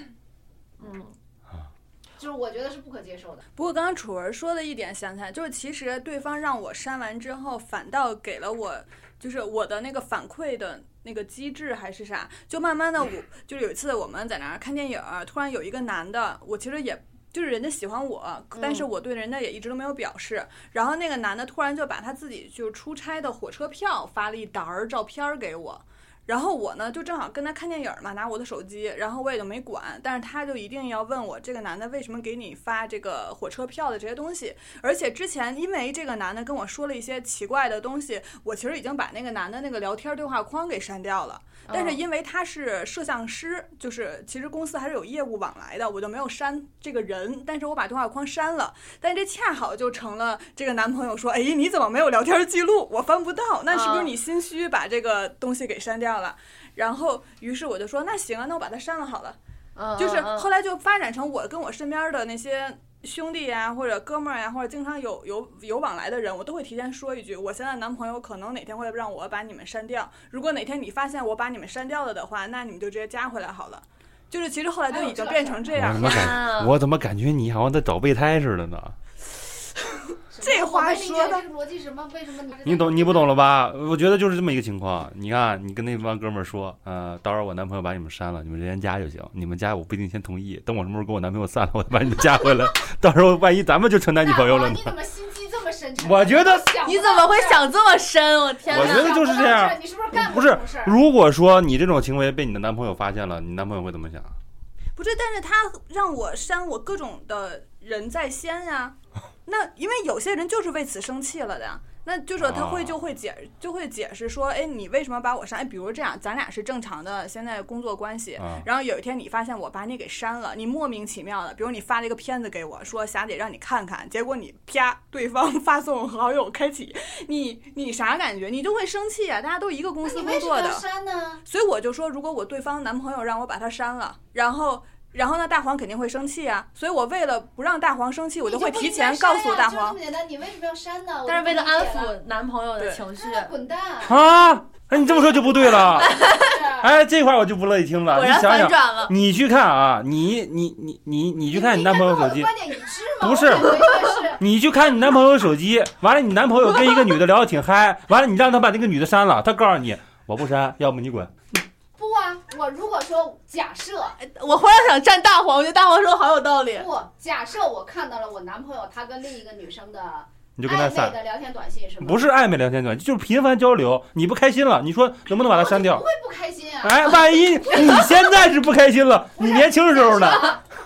Speaker 1: 嗯，
Speaker 4: 啊
Speaker 3: 就是我觉得是不可接受的。
Speaker 5: 不过刚刚楚儿说的一点想起来，就是其实对方让我删完之后，反倒给了我，就是我的那个反馈的那个机制还是啥，就慢慢的我就是有一次我们在那儿看电影儿，突然有一个男的，我其实也。就是人家喜欢我，但是我对人家也一直都没有表示。然后那个男的突然就把他自己就是出差的火车票发了一沓儿照片儿给我，然后我呢就正好跟他看电影嘛，拿我的手机，然后我也就没管，但是他就一定要问我这个男的为什么给你发这个火车票的这些东西，而且之前因为这个男的跟我说了一些奇怪的东西，我其实已经把那个男的那个聊天对话框给删掉了，但
Speaker 1: 嗯
Speaker 5: 是因为他是摄像师，就是其实公司还是有业务往来的，我就没有删这个人，但是我把对话框删了，但这恰好就成了这个男朋友说，哎，你怎么没有聊天记录？我翻不到，那是不是
Speaker 1: 嗯
Speaker 5: 你心虚把这个东西给删掉了？然后，于是我就说，那行啊，那我把它删了好了。
Speaker 1: 嗯
Speaker 5: 就是
Speaker 1: 嗯嗯
Speaker 5: 后来就发展成我跟我身边的那些兄弟呀、或者哥们儿呀、或者经常有有有往来的人，我都会提前说一句，我现在男朋友可能哪天会让我把你们删掉。如果哪天你发现我把你们删掉了的话，那你们就直接加回来好了。就是其实后来就已经变成这
Speaker 4: 我
Speaker 5: 样
Speaker 4: 怎
Speaker 5: 了。
Speaker 4: 么感
Speaker 1: 啊
Speaker 4: 我怎么感觉你好像在找备胎似的呢？
Speaker 5: 这
Speaker 3: 什么
Speaker 5: 话
Speaker 3: 我没理解
Speaker 5: 说的
Speaker 3: 这个逻辑是什么？为什么你
Speaker 4: 你懂你不懂了吧？我觉得就是这么一个情况。你看，你跟那帮哥们儿说，呃，到时候我男朋友把你们删了，你们人加就行。你们加我不一定先同意，等我什么时候跟我男朋友散了，我再把你们加回来。 到时候万一咱们就成男女朋友了呢
Speaker 3: 你？怎么心机这么深沉？
Speaker 4: 我觉得
Speaker 3: 想不到
Speaker 1: 你怎么会想这么深？我天
Speaker 4: 我觉
Speaker 1: 哪！
Speaker 4: 得就是这样
Speaker 3: 想不到事儿你是不是干过
Speaker 4: 不是
Speaker 3: 这种事儿？
Speaker 4: 如果说你这种行为被你的男朋友发现了，你男朋友会怎么想？
Speaker 5: 不是，但是他让我删我各种的人在先呀、那因为有些人就是为此生气了的呀，那就说他会
Speaker 4: 啊
Speaker 5: 就会解就会解释说，哎，你为什么把我删？哎，比如这样，咱俩是正常的现在工作关系，
Speaker 4: 啊
Speaker 5: 然后有一天你发现我把你给删了，你莫名其妙的，比如你发了一个片子给我说霞姐让你看看，结果你啪对方 发送好友开启，你你啥感觉？你就会生气啊！大家都一个公
Speaker 3: 那
Speaker 5: 司
Speaker 3: 你
Speaker 5: 工
Speaker 3: 为什么
Speaker 5: 作
Speaker 3: 要
Speaker 5: 的，
Speaker 3: 删呢？
Speaker 5: 所以我就说，如果我对方男朋友让我把他删了，然后。然后呢，大黄肯定会生气啊，所以我为了不让大黄生气，我
Speaker 3: 你
Speaker 5: 会
Speaker 3: 不
Speaker 5: 提
Speaker 3: 应该
Speaker 5: 前
Speaker 3: 删
Speaker 5: 告诉
Speaker 3: 呀
Speaker 5: 大
Speaker 3: 就这
Speaker 5: 黄
Speaker 3: 么，简单，你为什么要删呢？我
Speaker 1: 但是
Speaker 3: 就
Speaker 1: 为了
Speaker 3: 不
Speaker 1: 安
Speaker 3: 理解了，
Speaker 1: 抚男朋友的
Speaker 5: 对
Speaker 1: 情 绪，
Speaker 3: 让他滚蛋！
Speaker 4: 啊，哎，你这么说就不对了。
Speaker 3: 是啊
Speaker 4: 哎，这块儿我就不乐意听了。
Speaker 1: 果
Speaker 4: 你
Speaker 1: 然
Speaker 4: 想
Speaker 1: 反
Speaker 4: 想，
Speaker 1: 转了。
Speaker 4: 你去看啊，你你你你你去看
Speaker 3: 应
Speaker 4: 你男
Speaker 3: 该
Speaker 4: 朋友
Speaker 3: 跟我的
Speaker 4: 手机，
Speaker 3: 观点一致吗？
Speaker 4: 不
Speaker 3: 我
Speaker 4: 是
Speaker 3: 感觉就是
Speaker 4: 你去看你男朋友手机，完了你男朋友跟一个女的聊得挺嗨，完了你让他把那个女的删了，他告诉你我不删，要么你滚。
Speaker 3: 不啊。我如果说假设
Speaker 1: 我忽然想站大黄，我觉得大黄说的好有道理。
Speaker 3: 不假设我看到了我男朋友他跟另一个女生的
Speaker 4: 你就跟他
Speaker 3: 暧昧
Speaker 4: 散，
Speaker 3: 的聊天短信是吗？
Speaker 4: 不是暧昧聊天短信，就是频繁交流。你不开心了，你说能不能把他删
Speaker 3: 我
Speaker 4: 掉
Speaker 3: 就？不会不开心啊。
Speaker 4: 哎，万一你现在是不开心了，
Speaker 3: 不
Speaker 4: 你
Speaker 3: 是
Speaker 4: 年轻时候呢？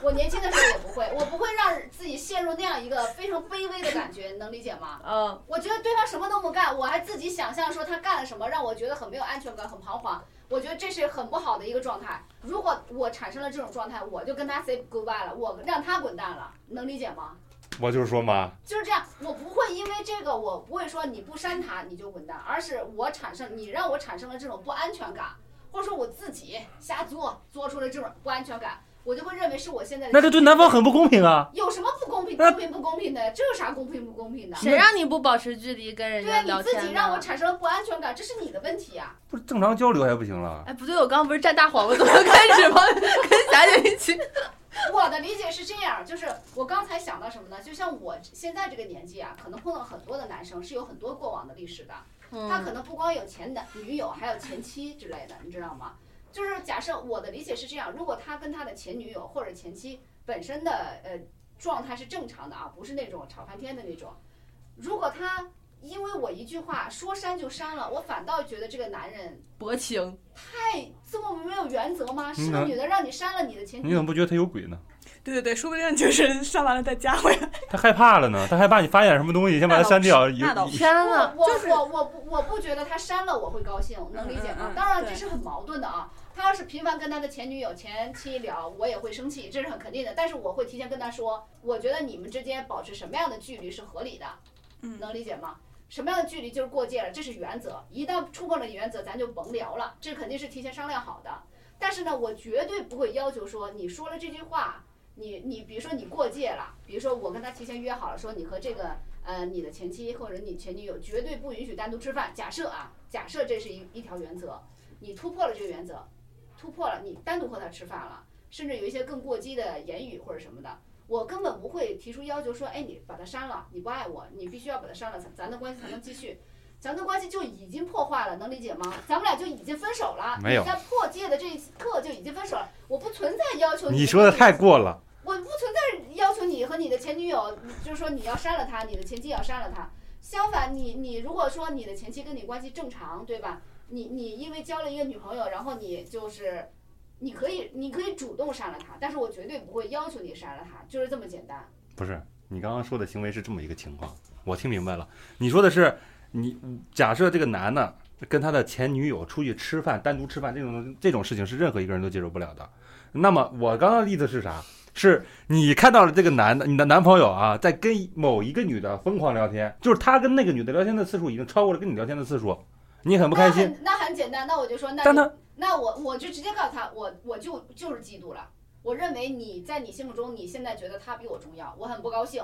Speaker 3: 我年轻的时候也不会，我不会让自己陷入那样一个非常卑微的感觉，你能理解吗？
Speaker 1: 嗯，
Speaker 3: 我觉得对方什么都不干，我还自己想象说他干了什么，让我觉得很没有安全感，很彷徨。我觉得这是很不好的一个状态。如果我产生了这种状态，我就跟他 say goodbye 了，我让他滚蛋了，能理解吗？
Speaker 4: 我就是说嘛，
Speaker 3: 就是这样，我不会因为这个，我不会说你不删他你就滚蛋，而是我产生你让我产生了这种不安全感，或者说我自己瞎作作出了这种不安全感，我就会认为是我现在的
Speaker 4: 那这对男方很不公平啊。
Speaker 3: 有什么不公平？
Speaker 4: 那
Speaker 3: 公平不公平的？这有啥公平不公平的？
Speaker 1: 谁让你不保持距离跟人
Speaker 3: 对
Speaker 1: 家
Speaker 3: 啊，你
Speaker 1: 聊天
Speaker 3: 自
Speaker 1: 呢？
Speaker 3: 己让我产生了不安全感，这是你的问题啊。
Speaker 4: 不是正常交流还不行了？
Speaker 1: 哎，不对，我刚刚不是站大黄，我怎么开始帮 跟霞姐一起？
Speaker 3: 我的理解是这样，就是我刚才想到什么呢？就像我现在这个年纪啊，可能碰到很多的男生是有很多过往的历史的，
Speaker 1: 嗯
Speaker 3: 他可能不光有前男女友，还有前妻之类的，你知道吗？就是假设我的理解是这样，如果他跟他的前女友或者前妻本身的呃状态是正常的啊，不是那种吵翻天的那种，如果他因为我一句话说删就删了，我反倒觉得这个男人
Speaker 1: 薄情，
Speaker 3: 太哎这么没有原则吗？是
Speaker 4: 嗯
Speaker 3: 个
Speaker 4: 啊
Speaker 3: 女的让你删了你的前
Speaker 4: 你怎
Speaker 3: 妻
Speaker 4: 么，不觉得他有鬼呢？
Speaker 5: 对对对，说不定就是删完了再加回来。
Speaker 4: 他害怕了呢，他害怕你发现什么东西，先把他删掉。有
Speaker 5: 那倒不
Speaker 4: 有
Speaker 1: 天
Speaker 3: 不
Speaker 1: 呐，
Speaker 3: 我
Speaker 5: 就是
Speaker 3: 我我不我不觉得他删了我会高兴，能理解
Speaker 5: 嗯嗯
Speaker 3: 吗
Speaker 5: 嗯？
Speaker 3: 当然这
Speaker 5: 对
Speaker 3: 是很矛盾的啊。他要是频繁跟他的前女友、前妻聊，我也会生气，这是很肯定的。但是我会提前跟他说，我觉得你们之间保持什么样的距离是合理的，
Speaker 5: 嗯
Speaker 3: 能理解吗？什么样的距离就是过界了，这是原则。一旦触碰了原则，咱就甭聊了，这肯定是提前商量好的。但是呢，我绝对不会要求说你说了这句话，你你比如说你过界了，比如说我跟他提前约好了，说你和这个呃你的前妻或者你前女友绝对不允许单独吃饭。假设啊，假设这是一一条原则，你突破了这个原则，突破了你单独和他吃饭了，甚至有一些更过激的言语或者什么的。我根本不会提出要求说，哎，你把他删了，你不爱我，你必须要把他删了，咱咱的关系才能继续。咱的关系就已经破坏了，能理解吗？咱们俩就已经分手了，
Speaker 4: 没有
Speaker 3: 你在破戒的这一刻就已经分手了。我不存在要求
Speaker 4: 你说的太过了。
Speaker 3: 我不存在要求你和你的前女友，就是说你要删了她，你的前妻要删了她。相反，你你如果说你的前妻跟你关系正常，对吧？你你因为交了一个女朋友，然后你就是，你可以你可以主动删了她，但是我绝对不会要求你删了她，就是这么简单。
Speaker 4: 不是，你刚刚说的行为是这么一个情况，我听明白了。你说的是，你假设这个男的跟他的前女友出去吃饭，单独吃饭这种这种事情是任何一个人都接受不了的。那么我刚刚的意思是啥？是你看到了这个男的，你的男朋友啊，在跟某一个女的疯狂聊天，就是他跟那个女的聊天的次数已经超过了跟你聊天的次数，你很不开
Speaker 3: 那
Speaker 4: 心。
Speaker 3: 很那很简单，那我就说，那
Speaker 4: 但
Speaker 3: 就
Speaker 4: 他
Speaker 3: 那我我就直接告诉他，我我就就是嫉妒了。我认为你在你心目中，你现在觉得他比我重要，我很不高兴。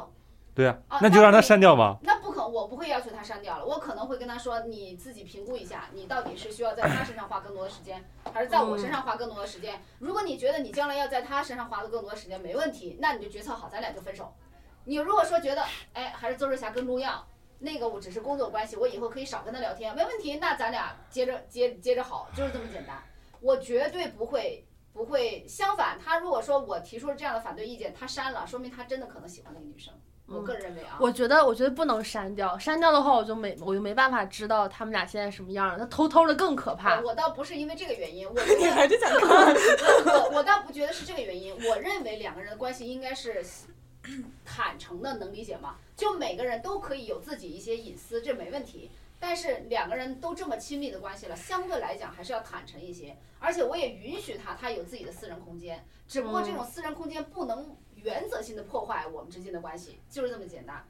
Speaker 4: 对呀、
Speaker 3: 啊，
Speaker 4: 那就让他
Speaker 3: 你
Speaker 4: 删掉吗？
Speaker 3: 那不可，我不会要求他删掉了，我可能会跟他说，你自己评估一下，你到底是需要在他身上花更多的时间，还是在我身上花更多的时间？如果你觉得你将来要在他身上花的更多的时间没问题，那你就决策好，咱俩就分手。你如果说觉得，哎，还是邹志霞更重要，那个我只是工作关系，我以后可以少跟他聊天，没问题，那咱俩接着接接着好，就是这么简单。我绝对不会不会，相反，他如果说我提出了这样的反对意见，他删了，说明他真的可能喜欢那个女生。我
Speaker 1: 嗯
Speaker 3: 个人认为啊，
Speaker 1: 我觉得我觉得不能删掉，删掉的话我就没我就没办法知道他们俩现在什么样了，他偷偷的更可怕。
Speaker 3: 我我倒不是因为这个原 因，我
Speaker 5: 你
Speaker 3: 觉
Speaker 5: 还是想看？
Speaker 3: 得我我倒不觉得是这个原因。我认为两个人的关系应该是坦诚的，能理解吗？就每个人都可以有自己一些隐私，这没问题。但是两个人都这么亲密的关系了，相对来讲还是要坦诚一些。而且我也允许他，他有自己的私人空间，只不过这
Speaker 5: 嗯
Speaker 3: 种私人空间不能原则性的破坏我们之间的关系，就是这么简单。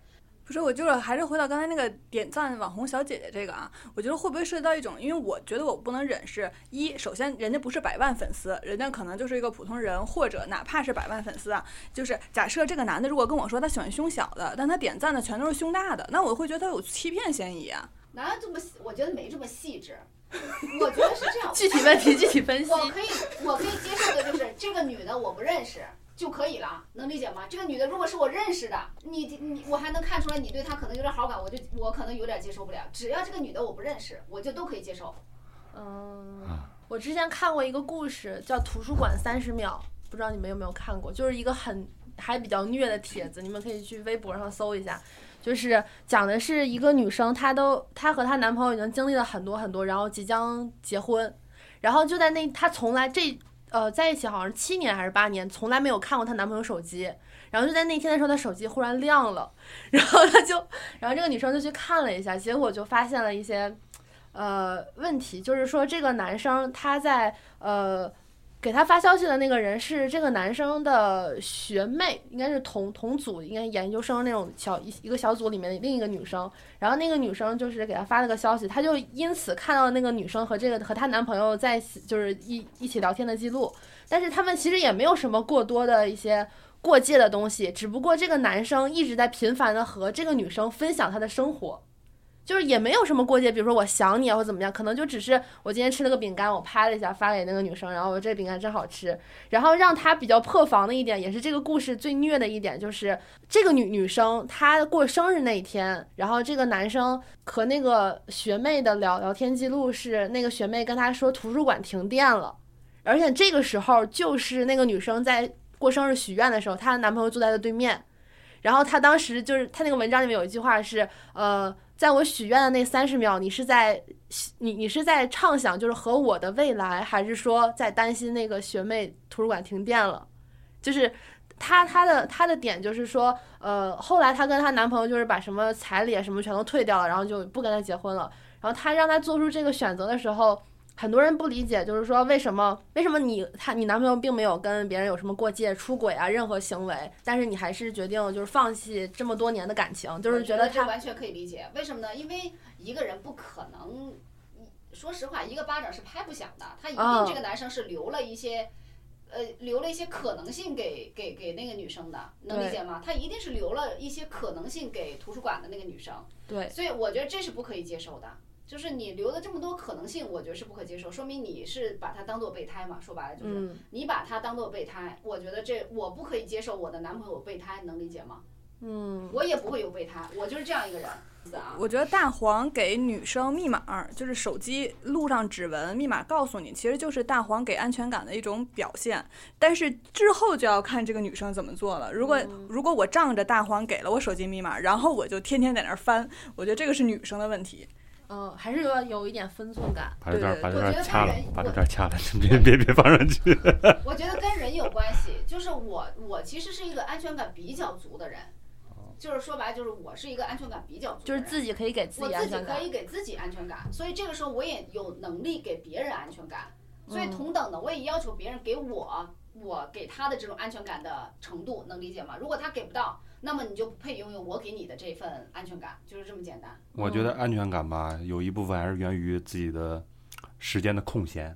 Speaker 5: 不是，我就是还是回到刚才那个点赞网红小姐姐这个啊，我觉得会不会涉及到一种，因为我觉得我不能忍是，一首先人家不是百万粉丝，人家可能就是一个普通人，或者哪怕是百万粉丝啊，就是假设这个男的如果跟我说他喜欢胸小的，但他点赞的全都是胸大的，那我会觉得他有欺骗嫌疑啊。
Speaker 3: 哪有这么细？我觉得没这么细致。我觉得是这样，
Speaker 1: 具体问题具体分析。
Speaker 3: 我可以，我可以接受的就是这个女的我不认识就可以了，能理解吗？这个女的如果是我认识的，你你我还能看出来你对她可能有点好感，我就我可能有点接受不了。只要这个女的我不认识，我就都可以接受。
Speaker 1: 嗯，我之前看过一个故事，叫《图书馆三十秒》，不知道你们有没有看过，就是一个很还比较虐的帖子，你们可以去微博上搜一下。就是讲的是一个女生，她都她和她男朋友已经经历了很多很多，然后即将结婚，然后就在那她从来这呃在一起好像七年还是八年，从来没有看过她男朋友手机，然后就在那天的时候，她手机忽然亮了， 然后她就，然后这个女生就去看了一下，结果就发现了一些呃问题，就是说这个男生他在呃。给她发消息的那个人是这个男生的学妹，应该是同同组，应该研究生那种小一一个小组里面的另一个女生。然后那个女生就是给她发了个消息，她就因此看到那个女生和这个和她男朋友在一起，就是一一起聊天的记录。但是他们其实也没有什么过多的一些过界的东西，只不过这个男生一直在频繁的和这个女生分享他的生活。就是也没有什么过节，比如说我想你啊，或怎么样，可能就只是我今天吃了个饼干，我拍了一下发给那个女生，然后我这饼干真好吃。然后让她比较破防的一点，也是这个故事最虐的一点，就是这个女女生她过生日那一天，然后这个男生和那个学妹的聊聊天记录是那个学妹跟他说图书馆停电了，而且这个时候就是那个女生在过生日许愿的时候，她的男朋友坐在她对面，然后她当时就是她那个文章里面有一句话是呃。在我许愿的那三十秒，你是在你你是在畅想，就是和我的未来，还是说在担心那个学妹图书馆停电了？就是她她的她的点就是说，呃，后来她跟她男朋友就是把什么彩礼啊什么全都退掉了，然后就不跟她结婚了。然后她让她做出这个选择的时候，很多人不理解，就是说为什么为什么你他你男朋友并没有跟别人有什么过界、出轨啊任何行为，但是你还是决定就是放弃这么多年的感情，就是
Speaker 3: 觉
Speaker 1: 得
Speaker 3: 这
Speaker 1: 他
Speaker 3: 完全可以理解，为什么呢？因为一个人不可能，说实话，一个巴掌是拍不响的，他一定
Speaker 1: 嗯
Speaker 3: 这个男生是留了一些。呃，留了一些可能性给给给那个女生的，能理
Speaker 1: 对
Speaker 3: 解吗？他一定是留了一些可能性给图书馆的那个女生，
Speaker 1: 对
Speaker 3: 所以我觉得这是不可以接受的。就是你留了这么多可能性，我觉得是不可接受，说明你是把他当做备胎嘛。说白了就是，
Speaker 1: 嗯
Speaker 3: 你把他当做备胎，我觉得这我不可以接受我的男朋友有备胎，能理解吗？
Speaker 1: 嗯
Speaker 3: 我也不会有备胎，我就是这样一个人。是啊，
Speaker 5: 我觉得大黄给女生密码，就是手机录上指纹密码告诉你，其实就是大黄给安全感的一种表现。但是之后就要看这个女生怎么做了。如果、如果我仗着大黄给了我手机密码，然后我就天天在那儿翻，我觉得这个是女生的问题。
Speaker 1: 嗯、还是有有一点分寸感。
Speaker 4: 把这段
Speaker 5: 对
Speaker 4: 把这
Speaker 3: 我觉
Speaker 4: 段
Speaker 3: 得
Speaker 4: 掐了
Speaker 3: 人，
Speaker 4: 把这
Speaker 3: 我
Speaker 4: 段掐了， 别别别放上去。
Speaker 3: 我觉得跟人有关系，就是我我其实是一个安全感比较足的人，就是说白了就是我是一个安全感比较足的
Speaker 1: 就是
Speaker 3: 人，
Speaker 1: 自己可以给自
Speaker 3: 我
Speaker 1: 己
Speaker 3: 自
Speaker 1: 安
Speaker 3: 己
Speaker 1: 全
Speaker 3: 可
Speaker 1: 感。
Speaker 3: 以给自己安全感，所以这个时候我也有能力给别人安全感，所以
Speaker 1: 嗯
Speaker 3: 同等的我也要求别人给我我给他的这种安全感的程度，能理解吗？如果他给不到，那么你就不配拥有我给你的这份安全感，就是这么简单。
Speaker 4: 我觉得
Speaker 1: 嗯
Speaker 4: 安全感吧，有一部分还是源于自己的时间的空闲。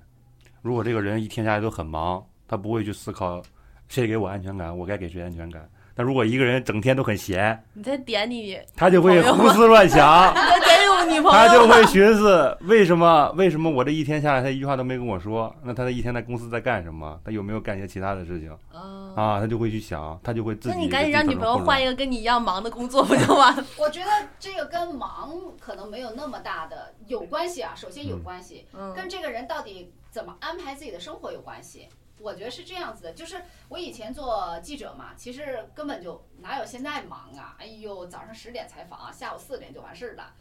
Speaker 4: 如果这个人一天下来都很忙，他不会去思考谁给我安全感，我该给谁安全感。但如果一个人整天都很闲，
Speaker 1: 你在点你，
Speaker 4: 他就会
Speaker 1: 朋友
Speaker 4: 胡思乱想，
Speaker 1: 你在点我 女朋
Speaker 4: 他
Speaker 1: 友
Speaker 4: 就
Speaker 1: 吗？
Speaker 4: 会寻思为什么为什么我这一天下来他一句话都没跟我说？那他这一天在公司在干什么？他有没有干一些其他的事情
Speaker 1: 嗯
Speaker 4: 啊？他就会去想，他就会自
Speaker 1: 那
Speaker 4: 己。
Speaker 1: 你赶紧让女朋友换一
Speaker 4: 一。
Speaker 1: 个跟你一样忙的工作不就完了？
Speaker 3: 我觉得这个跟忙可能没有那么大的有关系啊，首先有关系，
Speaker 1: 嗯，
Speaker 3: 跟这个人到底怎么安排自己的生活有关系。我觉得是这样子的，就是我以前做记者嘛，其实根本就哪有现在忙啊！哎呦，早上十点采访，下午四点就完事儿了，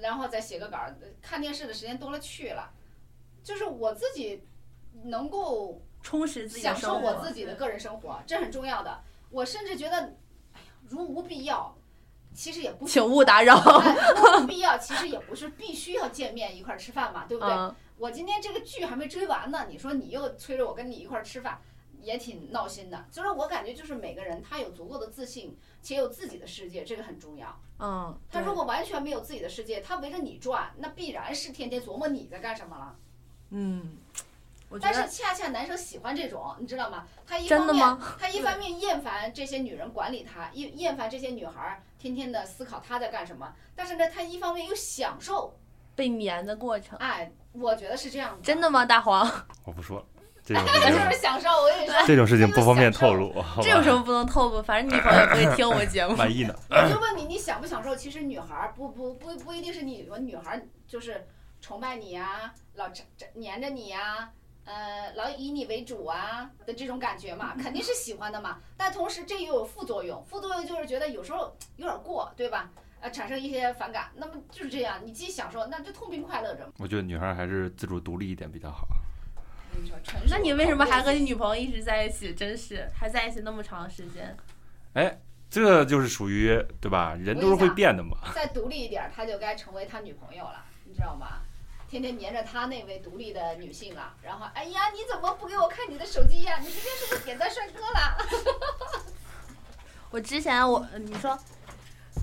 Speaker 3: 然后再写个稿儿，看电视的时间多了去了。就是我自己能够
Speaker 1: 充实自己的
Speaker 3: 享
Speaker 1: 生
Speaker 3: 受
Speaker 1: 活。
Speaker 3: 我自己的个人生活，这很重要的。我甚至觉得，哎如无必要，其实也不
Speaker 1: 请勿打扰。
Speaker 3: 哎如无必要，其实也不是必须要见面一块儿吃饭嘛，对不对？
Speaker 1: 嗯，
Speaker 3: 我今天这个剧还没追完呢，你说你又催着我跟你一块儿吃饭，也挺闹心的。就是我感觉，就是每个人他有足够的自信，且有自己的世界，这个很重要。
Speaker 1: 嗯，
Speaker 3: 他如果完全没有自己的世界，他围着你转，那必然是天天琢磨你在干什么了。
Speaker 5: 嗯，我觉
Speaker 3: 但
Speaker 5: 得
Speaker 3: 是恰恰男生喜欢这种，你知道吗？他一
Speaker 1: 真
Speaker 3: 方
Speaker 1: 的
Speaker 3: 面
Speaker 1: 吗？
Speaker 3: 他一方面厌烦这些女人管理他，厌厌烦这些女孩儿天天的思考他在干什么，但是呢，他一方面又享受，
Speaker 1: 被粘的过程，
Speaker 3: 哎，我觉得是这样的，
Speaker 1: 真的吗？大黄，
Speaker 4: 我不说了，这种
Speaker 3: 他
Speaker 4: 事
Speaker 3: 就
Speaker 4: 情
Speaker 3: 是享受。我跟你说，
Speaker 4: 这种事情不方便透露，好吧。
Speaker 1: 这有什么不能透露？反正女朋友也不会听我节目
Speaker 4: 满意的？
Speaker 3: 我就问你，你享不享受？其实女孩儿不不不不一定是你，女孩儿就是崇拜你啊，老粘粘着你呀、呃，老以你为主啊的这种感觉嘛，肯定是喜欢的嘛。但同时这也有副作用，副作用就是觉得有时候有点过，对吧？呃，产生一些反感，那么就是这样，你既享受，那就痛并快乐着嘛。
Speaker 4: 我觉得女孩还是自主独立一点比较好。
Speaker 3: 我跟你说，成熟
Speaker 1: 那你为什么还
Speaker 3: 考
Speaker 1: 和
Speaker 3: 虑
Speaker 1: 你女朋友一直在一起？真是还在一起那么长时间，
Speaker 4: 这就是属于对吧？人都是会变的嘛。
Speaker 3: 再独立一点儿，他就该成为他女朋友了，你知道吗？天天黏着他那位独立的女性了，然后哎呀，你怎么不给我看你的手机呀？你今天是不是点赞帅哥了？
Speaker 1: 我之前我呃你说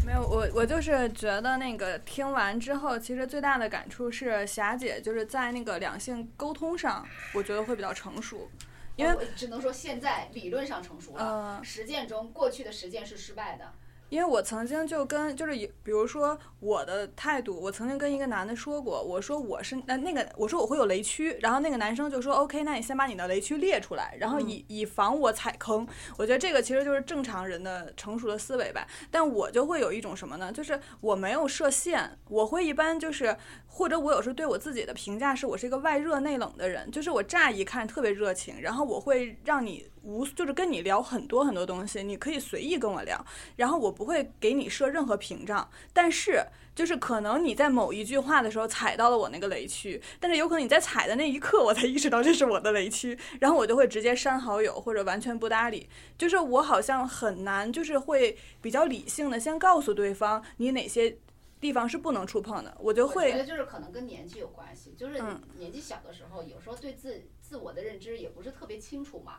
Speaker 5: 没有我，我就是觉得那个听完之后，其实最大的感触是霞姐就是在那个两性沟通上，我觉得会比较成熟，因为
Speaker 3: 我只能说现在理论上成熟了，
Speaker 5: 呃，
Speaker 3: 实践中过去的实践是失败的。
Speaker 5: 因为我曾经就跟就是有比如说我的态度，我曾经跟一个男的说过，我说我是呃那个我说我会有雷区，然后那个男生就说 OK，那你先把你的雷区列出来，然后以、以防我踩坑。我觉得这个其实就是正常人的成熟的思维吧。但我就会有一种什么呢？就是我没有设限，我会一般就是或者我有时候对我自己的评价是我是一个外热内冷的人，就是我乍一看特别热情，然后我会让你无就是跟你聊很多很多东西，你可以随意跟我聊。然后我不会给你设任何屏障，但是就是可能你在某一句话的时候踩到了我那个雷区，但是有可能你在踩的那一刻，我才意识到这是我的雷区， 然后我就会直接删好友或者完全不搭理。就是我好像很难，就是会比较理性的先告诉对方你哪些地方是不能触碰的，我就
Speaker 3: 我觉
Speaker 5: 会
Speaker 3: 得就是可能跟年纪有关系，就是
Speaker 5: 嗯
Speaker 3: 年纪小的时候，有时候对自自我的认知也不是特别清楚嘛，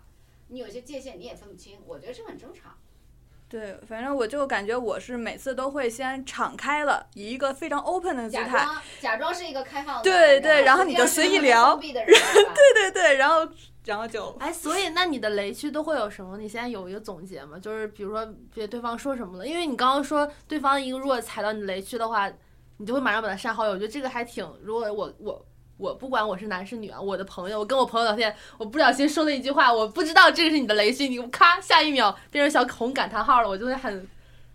Speaker 3: 你有些界限你也分不清，我觉得这很正常。
Speaker 5: 对，反正我就感觉我是每次都会先敞开了，以一个非常 open 的姿
Speaker 3: 假
Speaker 5: 态，
Speaker 3: 装假装是一个开放的，啊
Speaker 5: 对对然后
Speaker 3: 实
Speaker 5: 你
Speaker 3: 际上
Speaker 5: 就是随
Speaker 3: 一个
Speaker 5: 意
Speaker 3: 很
Speaker 5: 聊
Speaker 3: 封闭的人，啊对吧
Speaker 5: 对对对，然后然 后就
Speaker 1: 哎，所以那你的雷区都会有什么？你现在有一个总结吗？就是比如说对对方说什么了，因为你刚刚说对方一个如果踩到你雷区的话，你就会马上把他删好友。我觉得这个还挺，如果我我。我不管我是男是女啊，我的朋友，我跟我朋友聊天，我不小心说了一句话，我不知道这是你的雷区，你咔下一秒变成小红感叹号了，我就会很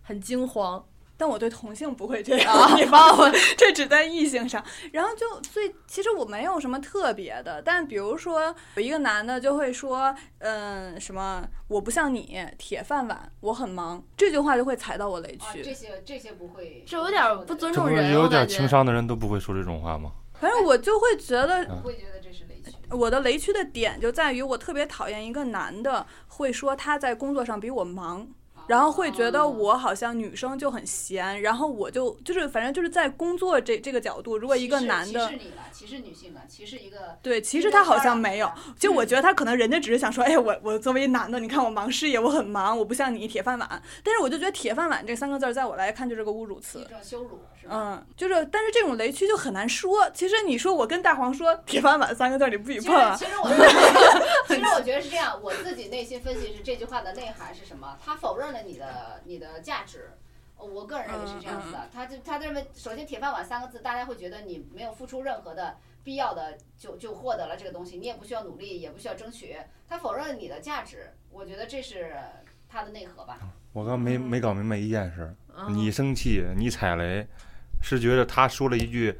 Speaker 1: 很惊慌。
Speaker 5: 但我对同性不会这样，你帮我，这只在异性上。然后就所以其实我没有什么特别的，但比如说有一个男的就会说，嗯，什么我不像你铁饭碗，我很忙，这句话就会踩到我雷
Speaker 3: 啊，
Speaker 5: 区。
Speaker 3: 这些这些不会，
Speaker 1: 这有点儿不尊
Speaker 4: 这
Speaker 1: 重
Speaker 4: 不
Speaker 1: 人
Speaker 4: 是有
Speaker 1: 我
Speaker 4: 点
Speaker 1: 感觉
Speaker 4: 情商的人都不会说这种话吗？
Speaker 5: 反正我就会觉得
Speaker 3: 不会觉得这是雷区。
Speaker 5: 我的雷区的点就在于我特别讨厌一个男的会说他在工作上比我忙，
Speaker 3: 啊
Speaker 5: 然后会觉
Speaker 3: 哦嗯
Speaker 5: 得我好像女生就很闲，然后我就就是反正就是在工作这这个角度，如
Speaker 3: 如
Speaker 5: 果一个男的
Speaker 3: 歧视你了，歧视女性了，歧视一个，啊
Speaker 5: 对，其实他好像没有，就我觉得他可能人家只是想说，哎，我我作为男的，你看我忙事业，我很忙，我不像你铁饭碗。但是我就觉得铁饭碗这三个字儿，在我来看就是个侮辱
Speaker 3: 一
Speaker 5: 词。
Speaker 3: 种羞辱，是吧？
Speaker 5: 嗯，就是，但是这种雷区就很难说。其实你说我跟大黄说“铁饭碗”三个字儿，你不许
Speaker 3: 其
Speaker 5: 碰
Speaker 3: 实
Speaker 5: 啊。
Speaker 3: 其实我觉得，其实我觉得是这样，我自己内心分析是这句话的内涵是什么？他否认了你的你的价值。我个人认为是这样子
Speaker 5: 嗯
Speaker 3: 的，他就他认为，首先“铁饭碗”三个字，大家会觉得你没有付出任何的必要的就就获得了这个东西，你也不需要努力，也不需要争取，他否认了你的价值，我觉得这是他的内核吧。
Speaker 4: 我刚没没搞明白一件事，
Speaker 1: 嗯，
Speaker 4: 你生气，你踩雷，是觉得他说了一句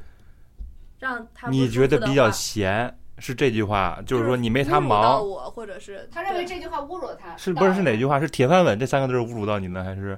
Speaker 1: 让他不
Speaker 4: 你
Speaker 1: 舒
Speaker 4: 觉得
Speaker 1: 服的
Speaker 4: 比较
Speaker 1: 话
Speaker 4: 闲，是这句话，就是说你没他
Speaker 5: 侮辱到
Speaker 4: 忙，
Speaker 5: 我，或者是
Speaker 3: 他认为这句话侮辱了他，
Speaker 4: 是不是是哪句
Speaker 3: 话？
Speaker 4: 话？是铁饭碗这三个字儿侮辱到你呢，还是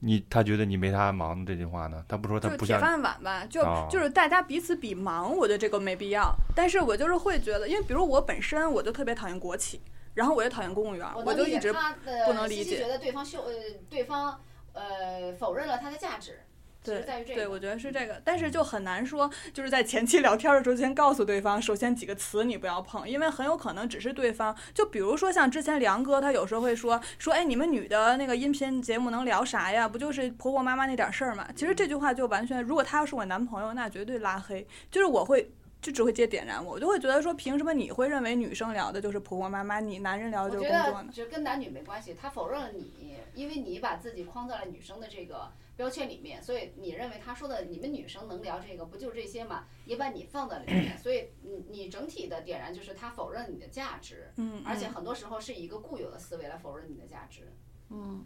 Speaker 4: 你他觉得你没他忙这句话呢？他不说他
Speaker 5: 就是
Speaker 4: 不
Speaker 5: 铁
Speaker 4: 像
Speaker 5: 饭碗吧，就、
Speaker 4: 哦
Speaker 5: 就是大家彼此比忙，我觉得这个没必要。但是我就是会觉得，因为比如我本身我就特别讨厌国企，然后我也讨厌公务员，
Speaker 3: 我
Speaker 5: 我
Speaker 3: 能
Speaker 5: 就
Speaker 3: 理
Speaker 5: 一
Speaker 3: 解
Speaker 5: 直
Speaker 3: 他的
Speaker 5: 不能
Speaker 3: 西
Speaker 5: 理
Speaker 3: 西
Speaker 5: 解
Speaker 3: 觉得对方秀呃对方呃否认了它的价值，其实在于这
Speaker 5: 对，
Speaker 3: 个。嗯
Speaker 5: 我觉得是这个，但是就很难说，就是在前期聊天的时候先告诉对方，首先几个词你不要碰，因为很有可能只是对方，就比如说像之前梁哥，他有时候会说说，哎，你们女的那个音频节目能聊啥呀？不就是婆婆妈妈那点事儿嘛？其实
Speaker 3: 嗯
Speaker 5: 这句话就完全，如果他要是我男朋友，那绝对拉黑，就是我会。就只会接点燃我，我就会觉得说，凭什么你会认为女生聊的就是婆婆妈妈，你男人聊
Speaker 3: 我
Speaker 5: 的就
Speaker 3: 觉
Speaker 5: 是工作
Speaker 3: 得
Speaker 5: 呢？
Speaker 3: 觉得跟男女没关系，他否认了你，因为你把自己框在了女生的这个标签里面，所以你认为他说的你们女生能聊这个，不就是这些嘛？也把你放在了里面，所以你你整体的点燃就是他否认你的价值，
Speaker 5: 嗯，
Speaker 3: 而
Speaker 5: 嗯
Speaker 3: 且很多时候是以一个固有的思维来否认你的价值。
Speaker 1: 嗯，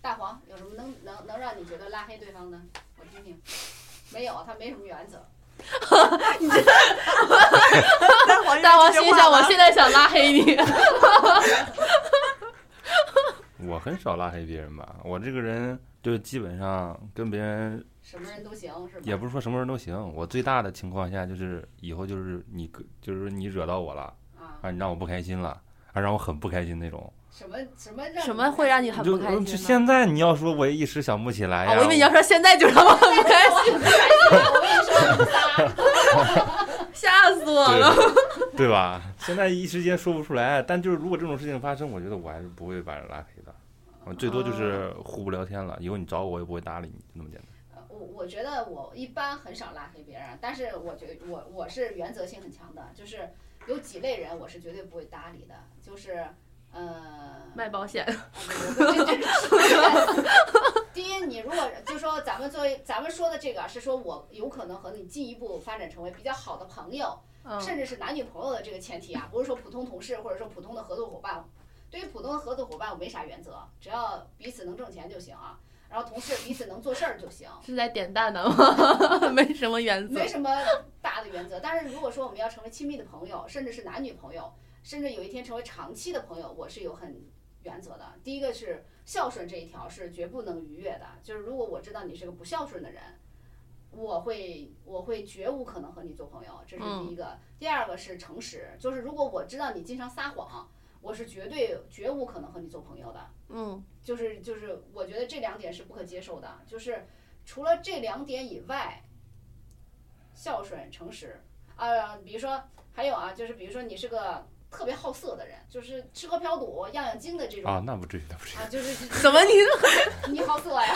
Speaker 3: 大黄有什么能能能让你觉得拉黑对方的？我听听。没有，他没什么原则。
Speaker 5: 大黄
Speaker 1: 大王
Speaker 5: 这句
Speaker 1: 心
Speaker 5: 话
Speaker 1: 想，我
Speaker 5: 完
Speaker 1: 现在想拉黑你。
Speaker 4: 我很少拉黑别人吧，我这个人就基本上跟别人
Speaker 3: 什么人都行是吧？
Speaker 4: 也不是说什么人都行。我最大的情况下就是以后就是你就是你惹到我了
Speaker 3: 啊，
Speaker 4: 啊，你让我不开心了啊，让我很不开心那种。
Speaker 3: 什么什么让
Speaker 1: 什么会让你很
Speaker 4: 就嗯
Speaker 1: 不开心呢
Speaker 4: 就现在你要说我一时想不起来哎
Speaker 1: 啊，
Speaker 4: 呀，
Speaker 1: 我以为你要说现在就让我很不开心，
Speaker 3: 很不开心？我跟你说，你仨
Speaker 1: 吓死我了。
Speaker 4: 对对吧？现在一时间说不出来，但就是如果这种事情发生，我觉得我还是不会把人拉黑的，我最多就是
Speaker 1: 啊
Speaker 4: 互不聊天了。以后你找我，我也不会搭理你，就那么简单。
Speaker 3: 呃我我觉得我一般很少拉黑别人，但是我觉得我我是原则性很强的，就是有几类人我是绝对不会搭理的，就是呃，
Speaker 1: 卖保险，
Speaker 3: 第一，你如果就说咱们作为咱们说的这个，是说我有可能和你进一步发展成为比较好的朋友，
Speaker 1: 嗯，
Speaker 3: 甚至是男女朋友的这个前提啊，不是说普通同事或者说普通的合作伙伴。对于普通的合作伙伴，我没啥原则，只要彼此能挣钱就行啊，然后同事彼此能做事儿就行。
Speaker 1: 是在点蛋呢吗？ 没什么原则
Speaker 3: 没。什么大的原则。但是如果说我们要成为亲密的朋友，甚至是男女朋友，甚至有一天成为长期的朋友，我是有很原则的。第一个是孝顺这一条是绝不能逾越的，就是如果我知道你是个不孝顺的人。我会我会绝无可能和你做朋友，这是第一个。
Speaker 1: 嗯
Speaker 3: 第二个是诚实，就是如果我知道你经常撒谎，我是绝对绝无可能和你做朋友的。
Speaker 1: 嗯
Speaker 3: 就是就是，我觉得这两点是不可接受的。就是除了这两点以外，孝顺、诚实啊、比如说还有啊，就是比如说你是个特别好色的人，就是吃喝嫖赌样样精的这种
Speaker 4: 啊，那不至于，那 不至于
Speaker 3: 啊，就是
Speaker 1: 什么？你
Speaker 3: 你好色呀，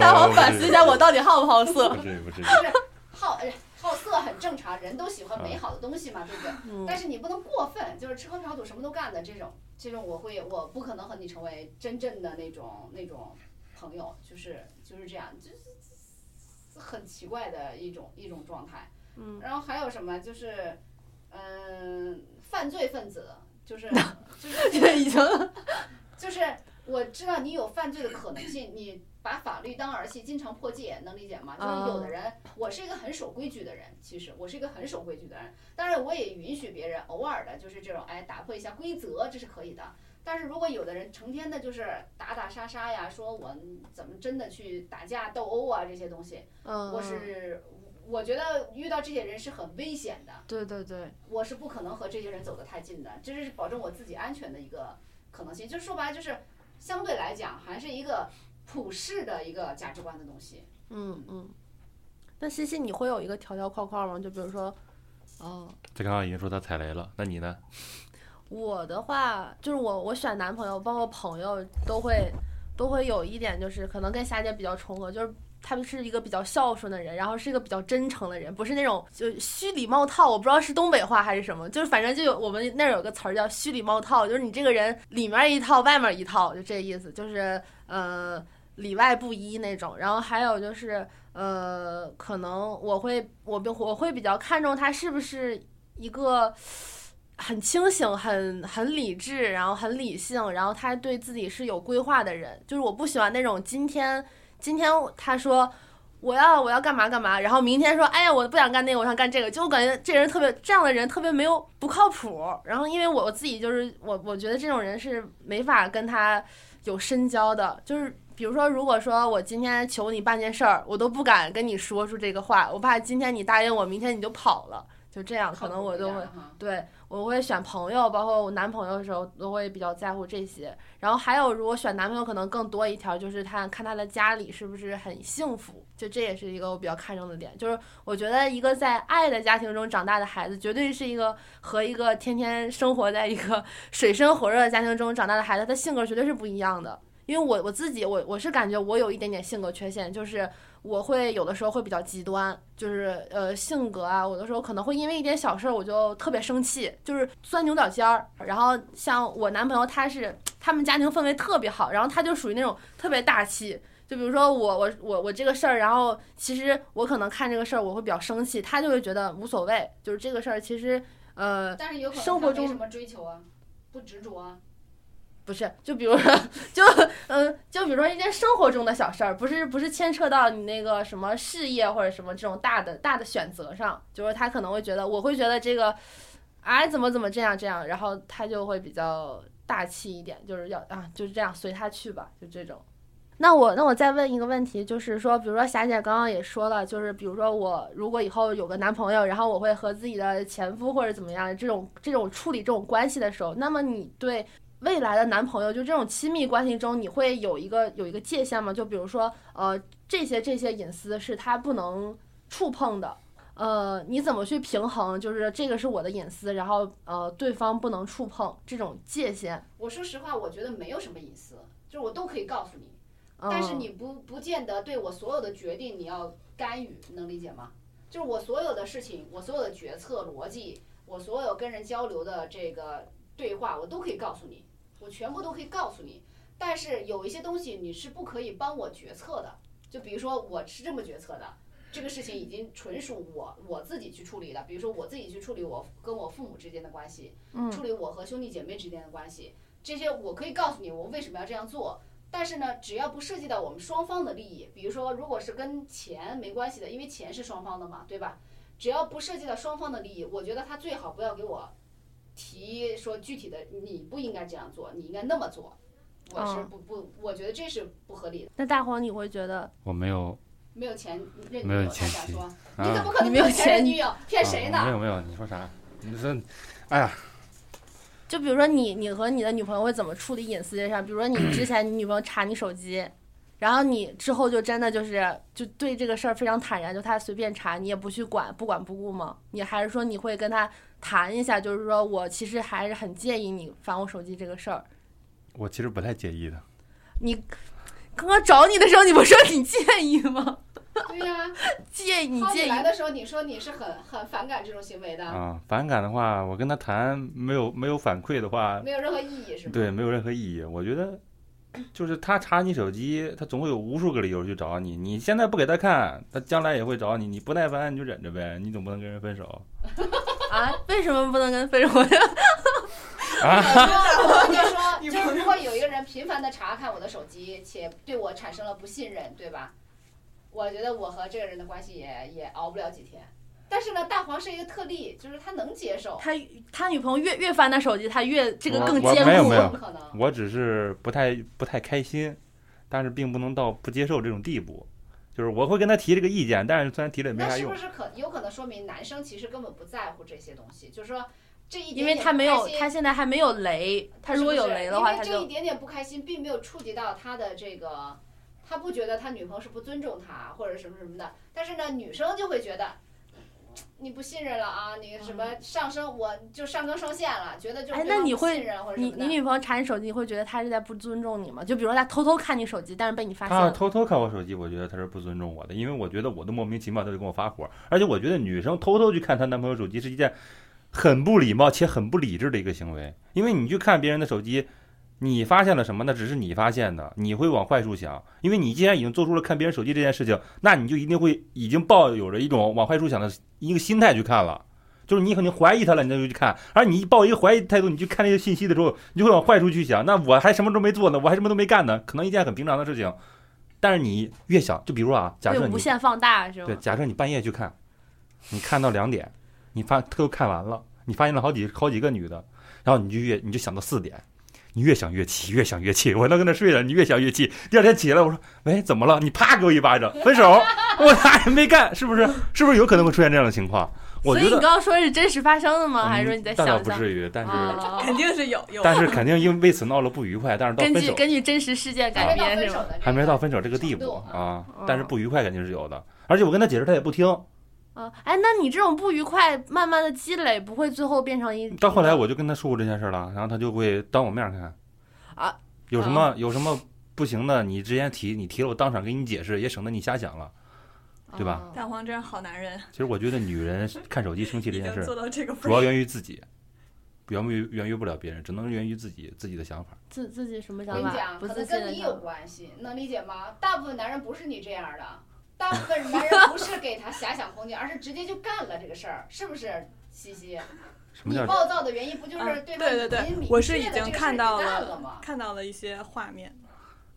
Speaker 1: 大王反思一下，我到底好不好 色？
Speaker 4: 不至于，不至于。
Speaker 3: 就是好哎好色很正常，人都喜欢美好的东西嘛，对不对？
Speaker 1: 嗯
Speaker 3: 但是你不能过分，就是吃喝嫖赌什么都干的这种，这种我会我不可能和你成为真正的那种那种朋友，就是就是这样，就是就是很奇怪的一种一种状态。
Speaker 1: 嗯，
Speaker 3: 然后还有什么就是，嗯、犯罪分子就是 就
Speaker 1: 这
Speaker 3: 是
Speaker 1: 已经
Speaker 3: 就是我知道你有犯罪的可能性，你把法律当儿戏，经常破戒，能理解吗？就是有的人，我是一个很守规矩的人，其实我是一个很守规矩的人，但是我也允许别人偶尔的，就是这种哎打破一下规则，这是可以的。但是如果有的人成天的就是打打杀杀呀，说我怎么真的去打架斗殴啊这些东西，
Speaker 1: 嗯，
Speaker 3: 我是我觉得遇到这些人是很危险的。
Speaker 1: 对对对，
Speaker 3: 我是不可能和这些人走得太近的，这是保证我自己安全的一个可能性。就说白了，就是相对来讲，还是一个普世的一个价值观的东西。
Speaker 1: 嗯嗯。那西西，你会有一个条条框框吗？就比如说，哦，
Speaker 4: 这刚刚已经说他踩雷了，那你呢？
Speaker 1: 我的话就是我我选男朋友，包括朋友都会都会有一点，就是可能跟霞姐比较重合，就是。他们是一个比较孝顺的人，然后是一个比较真诚的人，不是那种就虚里冒套。我不知道是东北话还是什么，就是反正就有我们那儿有个词儿叫虚里冒套，就是你这个人里面一套，外面一套，就这意思，就是呃里外不一那种。然后还有就是呃，可能我会我比我会比较看重他是不是一个很清醒、很很理智，然后很理性，然后他对自己是有规划的人。就是我不喜欢那种今天今天他说我要我要干嘛干嘛，然后明天说哎呀我不想干那个，我想干这个，就我感觉这人特别这样的人特别没有不靠谱。然后因为我我自己就是我我觉得这种人是没法跟他有深交的，就是。比如说，如果说我今天求你办件事儿，我都不敢跟你说出这个话，我怕今天你答应我，明天你就跑了。就这样，可能我就会对我会选朋友，包括我男朋友的时候都会比较在乎这些。然后还有，如果选男朋友，可能更多一条就是他看他的家里是不是很幸福，就这也是一个我比较看重的点。就是我觉得一个在爱的家庭中长大的孩子，绝对是一个和一个天天生活在一个水深火热的家庭中长大的孩子，他性格绝对是不一样的。因为我我自己，我我是感觉我有一点点性格缺陷，就是我会有的时候会比较极端，就是呃性格啊，有的时候可能会因为一点小事儿我就特别生气，就是钻牛角尖儿。然后像我男朋友他是他们家庭氛围特别好，然后他就属于那种特别大气。就比如说我我我我这个事儿，然后其实我可能看这个事儿我会比较生气，他就会觉得无所谓，就是这个事儿其实呃
Speaker 3: 但是有可能
Speaker 1: 生活
Speaker 3: 他没
Speaker 1: 中
Speaker 3: 什么追求啊，不执着啊。
Speaker 1: 不是，就比如说，就嗯，就比如说一件生活中的小事儿，不是不是牵扯到你那个什么事业或者什么这种大的大的选择上，就是他可能会觉得，我会觉得这个，哎，怎么怎么这样这样，然后他就会比较大气一点，就是要啊，就是这样随他去吧，就这种。那我那我再问一个问题，就是说，比如说霞姐刚刚也说了，就是比如说我如果以后有个男朋友，然后我会和自己的前夫或者怎么样这种这种处理这种关系的时候，那么你对未来的男朋友就这种亲密关系中，你会有一个有一个界限吗？就比如说，呃，这些这些隐私是他不能触碰的，呃，你怎么去平衡？就是这个是我的隐私，然后呃，对方不能触碰这种界限。
Speaker 3: 我说实话，我觉得没有什么隐私，就是我都可以告诉你，
Speaker 1: 嗯
Speaker 3: 但是你不不见得对我所有的决定你要干预，能理解吗？就是我所有的事情，我所有的决策逻辑，我所有跟人交流的这个对话，我都可以告诉你，我全部都可以告诉你。但是有一些东西你是不可以帮我决策的，就比如说我是这么决策的，这个事情已经纯属我我自己去处理的。比如说我自己去处理我跟我父母之间的关系，
Speaker 1: 嗯
Speaker 3: 处理我和兄弟姐妹之间的关系，这些我可以告诉你我为什么要这样做。但是呢，只要不涉及到我们双方的利益，比如说如果是跟钱没关系的，因为钱是双方的嘛，对吧？只要不涉及到双方的利益，我觉得他最好不要给我提说具体的，你不应该这样做，你应该那么做。我是
Speaker 1: 嗯
Speaker 3: 不不，我觉得这是不合理的。
Speaker 1: 那大黄，你会觉得
Speaker 4: 我没有
Speaker 3: 没有钱认
Speaker 4: 没有
Speaker 3: 女友，他
Speaker 4: 前
Speaker 3: 想
Speaker 4: 妻
Speaker 3: 说，
Speaker 4: 啊
Speaker 3: 你怎么可能
Speaker 1: 你没有
Speaker 3: 前
Speaker 1: 前
Speaker 3: 任女友？骗谁呢？
Speaker 4: 啊没有没有，你说啥？你说，哎呀，
Speaker 1: 就比如说你，你和你的女朋友会怎么处理隐私这事儿？比如说你之前你女朋友查你手机，然后你之后就真的就是就对这个事儿非常坦然，就她随便查，你也不去管，不管不顾吗？你还是说你会跟她谈一下，就是说我其实还是很介意你翻我手机这个事儿。
Speaker 4: 我其实不太介意的。
Speaker 1: 你刚刚找你的时候，你不说你介意吗？
Speaker 3: 对呀、
Speaker 1: 介意，你
Speaker 3: 他
Speaker 1: 介
Speaker 3: 你
Speaker 1: 意。
Speaker 3: 来的时候，你说你是很很反感这种行为的，
Speaker 4: 啊，反感的话，我跟他谈没有没有反馈的话，
Speaker 3: 没有任何意义，是吗？
Speaker 4: 对，没有任何意义。我觉得，就是他查你手机，他总会有无数个理由去找你。你现在不给他看，他将来也会找你。你不耐烦你就忍着呗，你总不能跟人分手
Speaker 1: 啊？为什么不能跟分手？
Speaker 4: 啊？
Speaker 3: 我跟 你说，就是如果有一个人频繁的查看我的手机，且对我产生了不信任，对吧？我觉得我和这个人的关系也也熬不了几天。但是呢，大黄是一个特例，就是他能接受，
Speaker 1: 他他女朋友越越翻他手机，他越这个
Speaker 4: 我
Speaker 1: 更
Speaker 4: 我
Speaker 1: 坚固。
Speaker 4: 没有 没有
Speaker 3: 不可能。
Speaker 4: 我只是不太不太开心，但是并不能到不接受这种地步。就是我会跟他提这个意见，但是虽然提了也没
Speaker 3: 那
Speaker 4: 啥
Speaker 3: 是
Speaker 4: 用
Speaker 3: 不。是可有可能说明男生其实根本不在乎这些东西？就是说这一点
Speaker 1: 因为
Speaker 3: 点
Speaker 1: 他
Speaker 3: 不
Speaker 1: 没
Speaker 3: 开
Speaker 1: 有，
Speaker 3: 心
Speaker 1: 他现在还没有雷，他如果有雷的话，他
Speaker 3: 是不是因为这一
Speaker 1: 就
Speaker 3: 点点不开心，并没有触及到他的这个，他不觉得他女朋友是不尊重他或者什么什么的。但是呢，女生就会觉得你不信任了啊，你什么上升，我就上纲上线了，觉得就是
Speaker 1: 嗯哎
Speaker 3: 对
Speaker 1: 那
Speaker 3: 方
Speaker 1: 你
Speaker 3: 不
Speaker 1: 会
Speaker 3: 信任或者什
Speaker 1: 你
Speaker 3: 么
Speaker 1: 你
Speaker 3: 的。
Speaker 1: 女朋友查你手机，你会觉得她是在不尊重你吗？就比如说她偷偷看你手机，但是被你发现
Speaker 4: 他
Speaker 1: 了，
Speaker 4: 偷偷看我手机，我觉得他是不尊重我的，因为我觉得我都莫名其妙他就跟我发火，而且我觉得女生偷偷去看她男朋友手机是一件很不礼貌且很不理智的一个行为，因为你去看别人的手机，你发现了什么？那只是你发现的，你会往坏处想，因为你既然已经做出了看别人手机这件事情，那你就一定会已经抱有着一种往坏处想的一个心态去看了。就是你肯定怀疑他了，你就去看；而你抱一个怀疑态度，你去看这些信息的时候，你就会往坏处去想。那我还什么都没做呢，我还什么都没干呢，可能一件很平常的事情，但是你越想，就比如啊，假
Speaker 1: 被
Speaker 4: 设你
Speaker 1: 无限放大是
Speaker 4: 对，
Speaker 1: 吗？
Speaker 4: 假设你半夜去看，你看到两点，你发都看完了，你发现了好几好几个女的，然后你就越你就想到四点，你越想越气，越想越气，我都跟那睡了，你越想越气。第二天起来，我说喂怎么了？你啪给我一巴掌，分手，我啥也没干，是不是？是不是有可能会出现这样的情况？我
Speaker 1: 所以
Speaker 4: 觉
Speaker 1: 你
Speaker 4: 得
Speaker 1: 刚刚说是真实发生的吗？还是说你在
Speaker 4: 嗯那
Speaker 1: 想
Speaker 4: 倒
Speaker 1: 象？
Speaker 4: 不至于，但是、
Speaker 1: 啊，
Speaker 5: 肯定是有有。
Speaker 4: 但是肯定因为为此闹了不愉快，但是到
Speaker 1: 根
Speaker 4: 分
Speaker 1: 据
Speaker 4: 手
Speaker 1: 根据真实事件改
Speaker 3: 还没到
Speaker 1: 编
Speaker 3: 分
Speaker 1: 是
Speaker 3: 手
Speaker 1: 吗？
Speaker 3: 的，
Speaker 4: 还没到。分手这个地
Speaker 3: 程
Speaker 4: 步
Speaker 3: 度
Speaker 4: 啊
Speaker 1: 嗯，
Speaker 4: 但是不愉快肯定是有的，而且我跟他解释他也不听，
Speaker 1: 啊，哎，那你这种不愉快慢慢的积累，不会最后变成一
Speaker 4: 到后来我就跟他说过这件事儿了，然后他就会当我面儿看
Speaker 1: 啊，
Speaker 4: 有什么有什么不行的，你之前提你提了，我当场给你解释，也省得你瞎想了。对吧？
Speaker 1: 啊
Speaker 5: 蛋黄真是好男人，
Speaker 4: 其实我觉得女人看手机生气这
Speaker 5: 已
Speaker 4: 件
Speaker 5: 经做
Speaker 4: 事，
Speaker 5: 到这个份
Speaker 4: 主
Speaker 5: 儿
Speaker 4: 要
Speaker 5: 上。
Speaker 4: 源于自己，源于源于不了别人，只能源于自己自己的想法。
Speaker 1: 自自己什么
Speaker 3: 我
Speaker 1: 想
Speaker 3: 跟你
Speaker 1: 法？
Speaker 3: 讲，
Speaker 1: 不
Speaker 3: 可
Speaker 1: 自
Speaker 3: 能
Speaker 1: 信
Speaker 3: 跟
Speaker 1: 的
Speaker 3: 你
Speaker 1: 想
Speaker 3: 有
Speaker 1: 法。
Speaker 3: 关系，能理解吗？大部分男人不是你这样的，大部分男人不是给他遐想空间，而是直接就干了这个事儿，是不是？西西，
Speaker 4: 什么
Speaker 3: 你
Speaker 4: 叫
Speaker 3: 暴躁的原因不就是
Speaker 5: 嗯
Speaker 3: 对
Speaker 5: 对对
Speaker 3: 方
Speaker 5: 对
Speaker 3: 引你
Speaker 5: 我是
Speaker 3: 确
Speaker 5: 已
Speaker 3: 了
Speaker 5: 经
Speaker 3: 这个事
Speaker 5: 看
Speaker 3: 儿你
Speaker 5: 到
Speaker 3: 干
Speaker 5: 了
Speaker 3: 了吗？
Speaker 5: 看到了一些画面，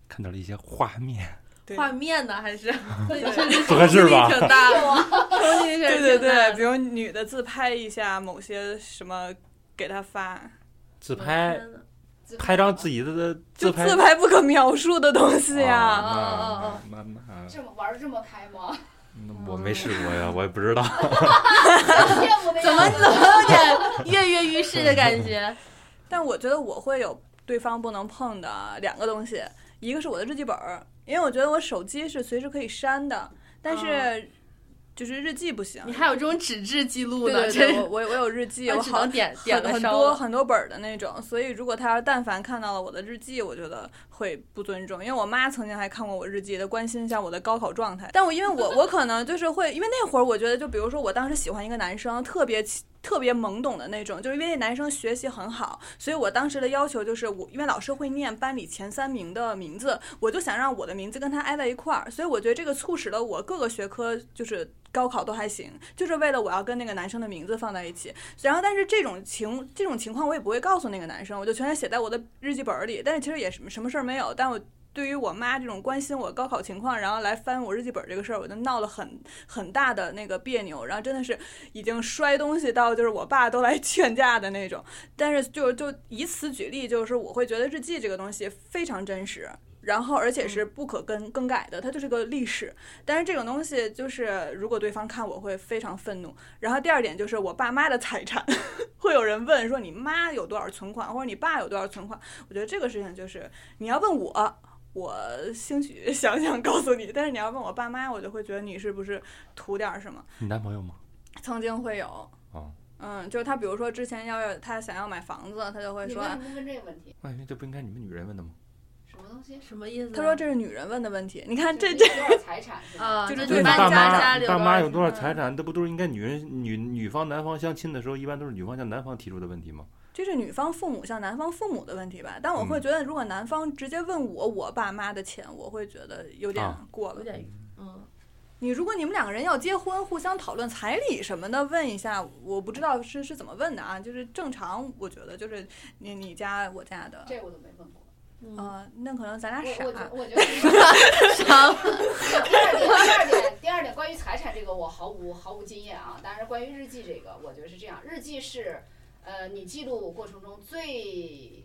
Speaker 4: 看到了一些画面，
Speaker 5: 对
Speaker 1: 画面呢？还是
Speaker 4: 不合适吧
Speaker 1: 挺大的，冲击力
Speaker 5: 对
Speaker 1: 是
Speaker 5: 对
Speaker 1: 挺大
Speaker 5: 对，
Speaker 1: 的
Speaker 5: 比如女的自拍一下某些什么，给他发，
Speaker 4: 自拍
Speaker 1: 天哪
Speaker 3: 自
Speaker 4: 拍张自己的
Speaker 5: 就
Speaker 4: 拍
Speaker 5: 自拍不可描述的东西呀、
Speaker 1: 啊
Speaker 4: 啊，那那那
Speaker 3: 这么玩儿这么开 吗？
Speaker 4: 那我没试过呀，我也不知道。
Speaker 1: 怎
Speaker 3: 羡慕那
Speaker 1: 么
Speaker 3: 样
Speaker 1: 怎
Speaker 3: 子
Speaker 1: 么有点跃跃欲试的感觉？
Speaker 5: 但我觉得我会有对方不能碰的两个东西，一个是我的日记本儿，因为我觉得我手机是随时可以删的，但是就是日记不行。
Speaker 1: 啊你还有这种纸质记录
Speaker 5: 对
Speaker 1: 呢？
Speaker 5: 对
Speaker 1: 真
Speaker 5: 对，
Speaker 1: 是
Speaker 5: 我我有我有日记，
Speaker 1: 我
Speaker 5: 我
Speaker 1: 只
Speaker 5: 好
Speaker 1: 能点点
Speaker 5: 很
Speaker 1: 了
Speaker 5: 很
Speaker 1: 烧
Speaker 5: 多
Speaker 1: 了。
Speaker 5: 很多本儿的那种，所以如果他要但凡看到了我的日记，我觉得会不尊重，因为我妈曾经还看过我日记的，关心一下我的高考状态。但我因为我我可能就是会，因为那会儿我觉得，就比如说我当时喜欢一个男生，特别起特别懵懂的那种，就是因为那男生学习很好，所以我当时的要求就是我，因为老师会念班里前三名的名字，我就想让我的名字跟他挨在一块儿，所以我觉得这个促使了我各个学科就是。高考都还行，就是为了我要跟那个男生的名字放在一起，然后，但是这种情这种情况我也不会告诉那个男生，我就全写在我的日记本儿里。但是其实也什么什么事儿没有。但我对于我妈这种关心我高考情况，然后来翻我日记本儿这个事儿，我就闹了很很大的那个别扭。然后真的是已经摔东西到就是我爸都来 劝架的那种。但是就就以此举例，就是我会觉得日记这个东西非常真实。然后，而且是不可更更改的，它就是个历史。但是这种东西，就是如果对方看，我会非常愤怒。然后第二点就是我爸妈的财产， 会有人问说你妈有多少存款，或者你爸有多少存款。我觉得这个事情就是你要问我，我兴许想想告诉你，但是你要问我爸妈，我就会觉得你是不是图点儿什么。
Speaker 4: 你男朋友吗？
Speaker 5: 曾经会有
Speaker 4: 哦。
Speaker 5: 嗯，就是他，比如说之前要是他想要买房子，他就会
Speaker 3: 你
Speaker 5: 说啊
Speaker 3: 为，什么问这个问题？
Speaker 4: 我感觉这不应该你们女人问的吗？
Speaker 3: 什么东西？
Speaker 1: 什么意思？
Speaker 5: 他说这是女人问的问题。你看
Speaker 3: 就是
Speaker 5: 这
Speaker 3: 你
Speaker 5: 这，嗯
Speaker 3: 有多少财产是 吧？
Speaker 1: 啊，
Speaker 5: 就是
Speaker 1: 你
Speaker 5: 对你爸
Speaker 1: 爸
Speaker 5: 妈
Speaker 1: 家家里
Speaker 4: 爸妈有多少
Speaker 1: 钱
Speaker 4: 财产，这不都是应该女人女女方男方相亲的时候，一般都是女方向男方提出的问题吗？
Speaker 5: 这是女方父母向男方父母的问题吧？但我会
Speaker 4: 嗯
Speaker 5: 觉得，如果男方直接问我我爸妈的钱，我会觉得有点
Speaker 4: 啊
Speaker 5: 过了
Speaker 1: 有。点嗯，
Speaker 5: 你如果你们两个人要结婚，互相讨论彩礼什么的，问一下，我不知道是是怎么问的啊，就是正常，我觉得就是你你家我家的，
Speaker 3: 这我都没问过。
Speaker 1: 嗯
Speaker 5: 呃，那可能咱俩
Speaker 3: 我我觉
Speaker 5: 傻，
Speaker 3: 我觉得 第二点，第二点，第二点，关于财产这个我毫无毫无经验啊。但是关于日记这个，我觉得是这样，日记是呃你记录过程中最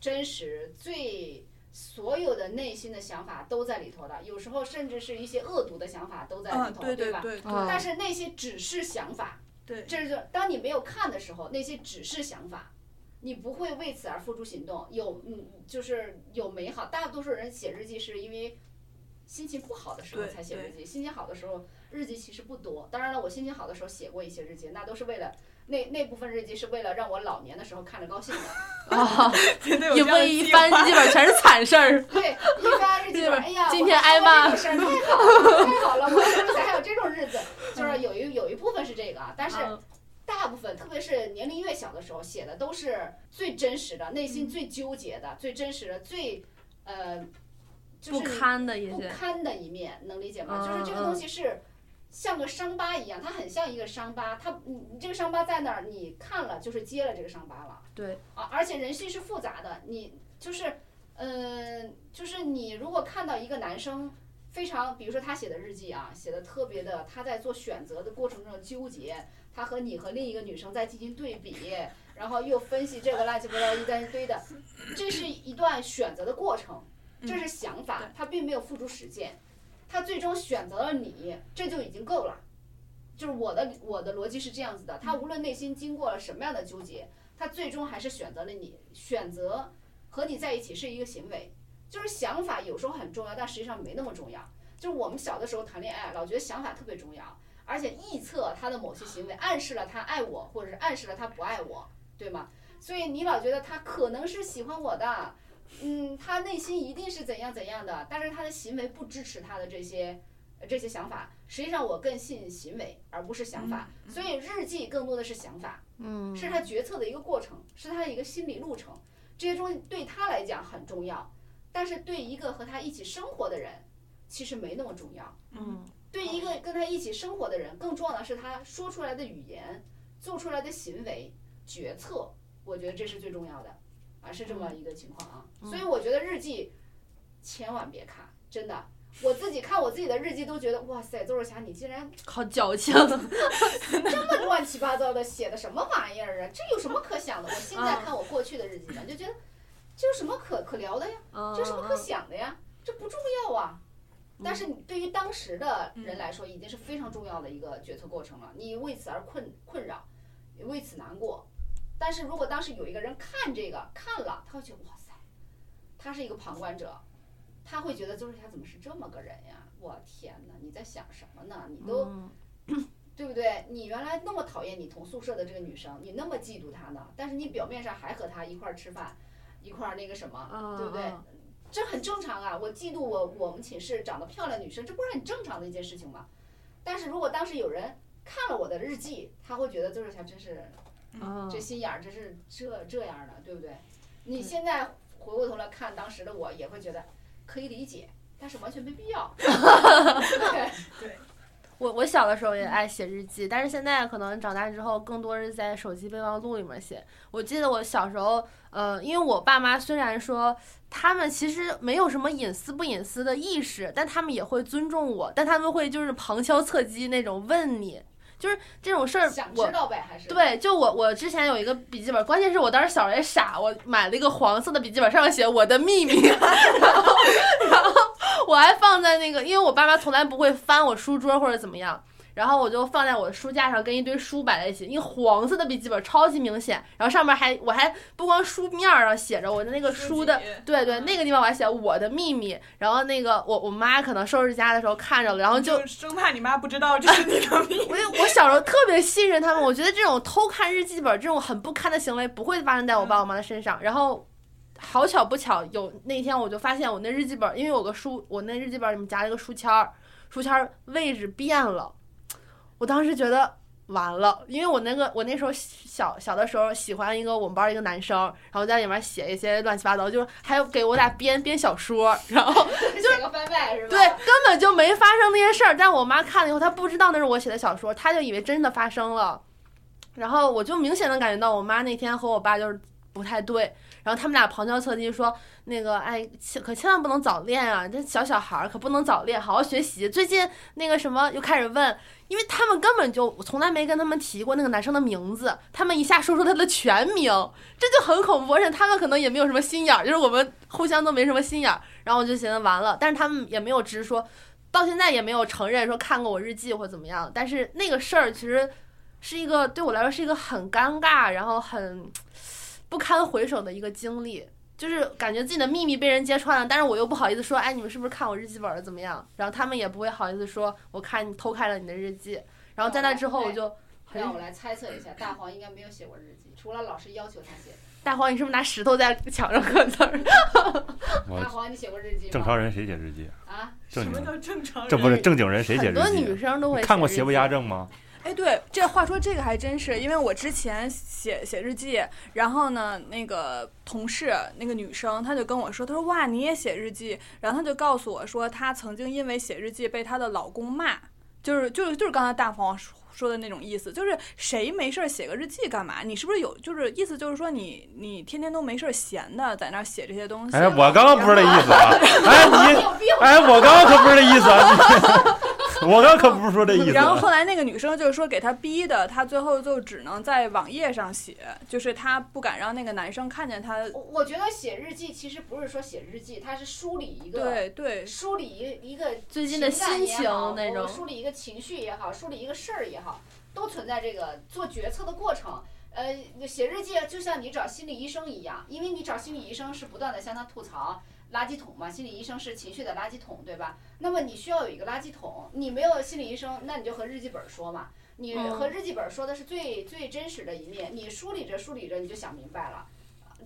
Speaker 3: 真实、最所有的内心的想法都在里头了，有时候甚至是一些恶毒的想法都在里
Speaker 5: 嗯，
Speaker 3: 头，
Speaker 5: 对对
Speaker 3: 吧？
Speaker 5: 对
Speaker 1: 啊
Speaker 3: 但是那些只是想法，
Speaker 5: 对对，
Speaker 3: 这是当你没有看的时候，那些只是想法，你不会为此而付诸行动。有嗯，就是有美好。大多数人写日记是因为心情不好的时候
Speaker 5: 对
Speaker 3: 才写
Speaker 5: 对
Speaker 3: 日记，心情好的时候日记其实不多。当然了，我心情好的时候写过一些日记，那都是为了那那部分日记是为了让我老年的时候看着高兴的。
Speaker 1: 啊，
Speaker 5: 绝 哦对有
Speaker 1: 一
Speaker 5: 这样的
Speaker 1: 问一
Speaker 5: 计
Speaker 1: 翻
Speaker 5: 划
Speaker 1: 基本全是惨事儿。
Speaker 3: 对，一般日记本，哎呀，
Speaker 1: 今天挨骂
Speaker 3: 我还活着这种事儿太好了，太好了，我是不是还有这种日子？就是有一有一部分是这个，啊，但是
Speaker 1: 嗯
Speaker 3: 大部分，特别是年龄越小的时候，写的都是最真实的，内
Speaker 1: 嗯
Speaker 3: 心最纠结的、最真实的、最呃，就是
Speaker 1: 不
Speaker 3: 你
Speaker 1: 堪的一
Speaker 3: 不
Speaker 1: 些，
Speaker 3: 堪的一面，能理解吗？就
Speaker 1: 嗯
Speaker 3: 是这个东西是像个伤疤一样，它很像一个伤疤，它你你这个伤疤在那儿，你看了就是揭了这个伤疤了。
Speaker 1: 对
Speaker 3: 啊，而且人性是复杂的，你就是，嗯、就是你如果看到一个男生非常，比如说他写的日记啊，写的特别的，他在做选择的过程中的纠结，他和你和另一个女生在进行对比，然后又分析这个乱七八糟一大堆的，这是一段选择的过程，这是想法，
Speaker 5: 对
Speaker 3: 他并没有付诸实践，他最终选择了你，这就已经够了。就是我的我的逻辑是这样子的，他无论内心经过了什么样的纠结，他最终还是选择了你，选择和你在一起是一个行为，就是想法有时候很重要，但实际上没那么重要。就是我们小的时候谈恋爱，老觉得想法特别重要，而且臆测他的某些行为，暗示了他爱我，或者是暗示了他不爱我，对吗？所以你老觉得他可能是喜欢我的，嗯，他内心一定是怎样怎样的，但是他的行为不支持他的这些。呃这些想法，实际上我更信行为而不是想法，所以日记更多的是想法，
Speaker 1: 嗯
Speaker 3: 是他决策的一个过程，是他的一个心理路程，这些东西对他来讲很重要，但是对一个和他一起生活的人，其实没那么重要。
Speaker 1: 嗯
Speaker 3: 对一个跟他一起生活的人，更重要的是他说出来的语言、做出来的行为、决策，我觉得这是最重要的，啊，是这么一个情况啊。所以我觉得日记千万别看，真的。我自己看我自己的日记都觉得，哇塞，邹若霞，你竟然
Speaker 1: 好矫情。
Speaker 3: 这么乱七八糟的写的什么玩意儿啊？这有什么可想的？我现在看我过去的日记本，就觉得这有什么可可聊的呀？
Speaker 1: 哦
Speaker 3: 这有什么可想的呀？这不重要啊。但是你对于当时的人来说，已经是非常重要的一个决策过程了。你为此而困困扰，你为此难过。但是如果当时有一个人看这个看了，他会觉得哇塞，他是一个旁观者，他会觉得邹志霞怎么是这么个人呀？我天哪，你在想什么呢？你都
Speaker 1: 嗯
Speaker 3: 对不对？你原来那么讨厌你同宿舍的这个女生，你那么嫉妒她呢，但是你表面上还和她一块儿吃饭，一块儿那个什么，
Speaker 5: 啊
Speaker 1: 嗯
Speaker 3: 对不对
Speaker 1: 嗯？
Speaker 3: 这很正常啊！我嫉妒我我们寝室长得漂亮女生，这不是很正常的一件事情吗？但是如果当时有人看了我的日记，他会觉得邹志霞真是
Speaker 1: 嗯
Speaker 3: 这心眼儿真是这这样的，对不对？你现在回过头来看当时的我，也会觉得可以理解，但是完全没必 要。对
Speaker 1: 我我小的时候也爱写日记，但是现在可能长大之后，更多是在手机备忘录里面写。我记得我小时候，呃，因为我爸妈虽然说他们其实没有什么隐私不隐私的意识，但他们也会尊重我，但他们会就是旁敲侧击那种问你，就是这种事儿，
Speaker 3: 想
Speaker 1: 我
Speaker 3: 知道呗，还是
Speaker 1: 对，就我我之前有一个笔记本，关键是我当时小时候也傻，我买了一个黄色的笔记本，上面写我的秘密， 然后然后我还放在那个，因为我爸妈从来不会翻我书桌或者怎么样。然后我就放在我的书架上，跟一堆书摆在一起，一个黄色的笔记本超级明显。然后上面还我还不光书面儿上写着我的那个书的，对对，那个地方我还写我的秘密。然后那个我我妈可能收拾家的时候看着了，然后就
Speaker 5: 生怕你妈不知道这是你的 秘密。
Speaker 1: 我也我小时候特别信任他们，我觉得这种偷看日记本这种很不堪的行为不会发生在我爸我妈的身上。然后，好巧不巧，有那天我就发现我那日记本，因为有个书，我那日记本里面夹了一个书签儿，书签儿位置变了。我当时觉得完了，因为我那个我那时候小小的时候喜欢一个我们班一个男生，然后在里面写一些乱七八糟，就是还有给我俩编编小说，然后
Speaker 3: 写个番外是吧？
Speaker 1: 对，根本就没发生那些事儿。但我妈看了以后，她不知道那是我写的小说，她就以为真的发生了。然后我就明显能感觉到，我妈那天和我爸就是不太对。然后他们俩旁敲侧击说：“那个，哎，切可千万不能早恋啊！这小小孩儿可不能早恋，好好学习。最近那个什么又开始问，因为他们根本就我从来没跟他们提过那个男生的名字，他们一下说出他的全名，这就很恐怖。而且他们可能也没有什么心眼儿，就是我们互相都没什么心眼儿。然后我就寻思完了，但是他们也没有直说，到现在也没有承认说看过我日记或怎么样。但是那个事儿其实是一个对我来说是一个很尴尬，然后很不堪回首的一个经历。就是感觉自己的秘密被人揭穿了，但是我又不好意思说，哎，你们是不是看我日记本了？怎么样？然后他们也不会好意思说，我看你偷看了你的日记。然后在那之后，我就很
Speaker 3: 让我来猜测一下，大黄应该没有写过日记，除了老师要求他写。
Speaker 1: 大黄，你是不是拿石头在墙上刻字儿？
Speaker 4: 我
Speaker 3: 大黄，你写过日记吗？
Speaker 4: 正常人谁写日记？
Speaker 3: 啊，
Speaker 5: 什
Speaker 4: 正
Speaker 5: 么
Speaker 4: 经
Speaker 5: 叫正常人？
Speaker 4: 这不是正经人谁写
Speaker 1: 很
Speaker 4: 日
Speaker 1: 多女
Speaker 4: 记？啊
Speaker 1: 生都会
Speaker 4: 你看过
Speaker 1: 日
Speaker 4: 邪不
Speaker 1: 记
Speaker 4: 压正吗？
Speaker 5: 哎，对，这话说这个还真是，因为我之前写写日记，然后呢，那个同事那个女生，她就跟我说，她说哇，你也写日记，然后她就告诉我说，她曾经因为写日记被她的老公骂，就是就是就是刚才大黄说。说的那种意思，就是谁没事儿写个日记干嘛？你是不是有？就是意思就是说你你天天都没事儿闲的在那儿写这些东 西。
Speaker 4: 哎，我刚刚不是这意思啊！哎，
Speaker 3: 你
Speaker 4: 你
Speaker 3: 有病！
Speaker 4: 哎，我刚刚可不是这意思啊！ 我刚可不是说这意思啊
Speaker 5: 然后。后来那个女生就是说给他逼的，他最后就只能在网页上写，就是他不敢让那个男生看见他。
Speaker 3: 我我觉得写日记其实不是说写日记，它是梳理一个
Speaker 5: 对对，
Speaker 3: 梳理一一个
Speaker 1: 最近的心情
Speaker 3: 情感也好
Speaker 1: 那种
Speaker 3: 梳理一个情绪也好，梳理一个事儿也好，都存在这个做决策的过程。呃，写日记就像你找心理医生一样，因为你找心理医生是不断的向他吐槽垃圾桶嘛，心理医生是情绪的垃圾桶，对吧？那么你需要有一个垃圾桶，你没有心理医生，那你就和日记本儿说嘛。你
Speaker 5: 嗯
Speaker 3: 和日记本儿说的是最最真实的一面，你梳理着梳理着你就想明白了。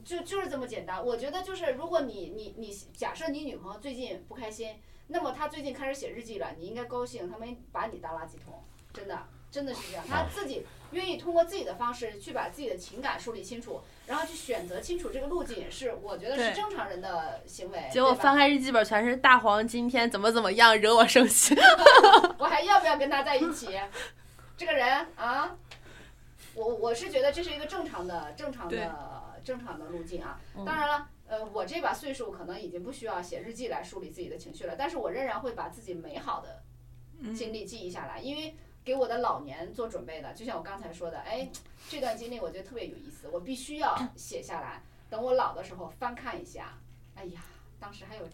Speaker 3: 就就是这么简单。我觉得就是，如果你你你假设你女朋友最近不开心，那么她最近开始写日记了，你应该高兴，她没把你当垃圾桶，真的真的是这样，她自己愿意通过自己的方式去把自己的情感梳理清楚，然后去选择清楚这个路径，是我觉得
Speaker 5: 对
Speaker 3: 是正常人的行为。
Speaker 1: 结果
Speaker 3: 对吧
Speaker 1: 翻开日记本全是大黄今天怎么怎么样惹我生气，
Speaker 3: 我还要不要跟他在一起？这个人啊，我我是觉得这是一个正常的、正常
Speaker 5: 对
Speaker 3: 的、正常的路径啊
Speaker 1: 嗯。
Speaker 3: 当然了，呃，我这把岁数可能已经不需要写日记来梳理自己的情绪了，但是我仍然会把自己美好的
Speaker 5: 嗯
Speaker 3: 经历记忆下来，因为给我的老年做准备的。就像我刚才说的，哎，这段经历我觉得特别有意思，我必须 要写下来，等我老的时候翻看一下。哎呀，当时还有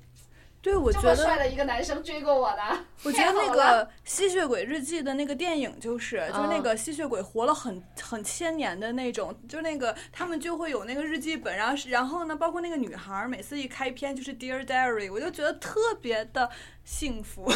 Speaker 5: 对，我
Speaker 3: 这
Speaker 5: 觉
Speaker 3: 么
Speaker 5: 得
Speaker 3: 帅的一个男生追过我 呢。
Speaker 5: 我觉得那
Speaker 3: 太好
Speaker 5: 个《吸血鬼日记》的那个电影就是，就是那
Speaker 1: 嗯
Speaker 5: 个吸血鬼活了很很千年的那种，就是那个他们就会有那个日记本，然后是然后呢，包括那个女孩儿每次一开篇就是 Dear Diary，我就觉得特别的幸福。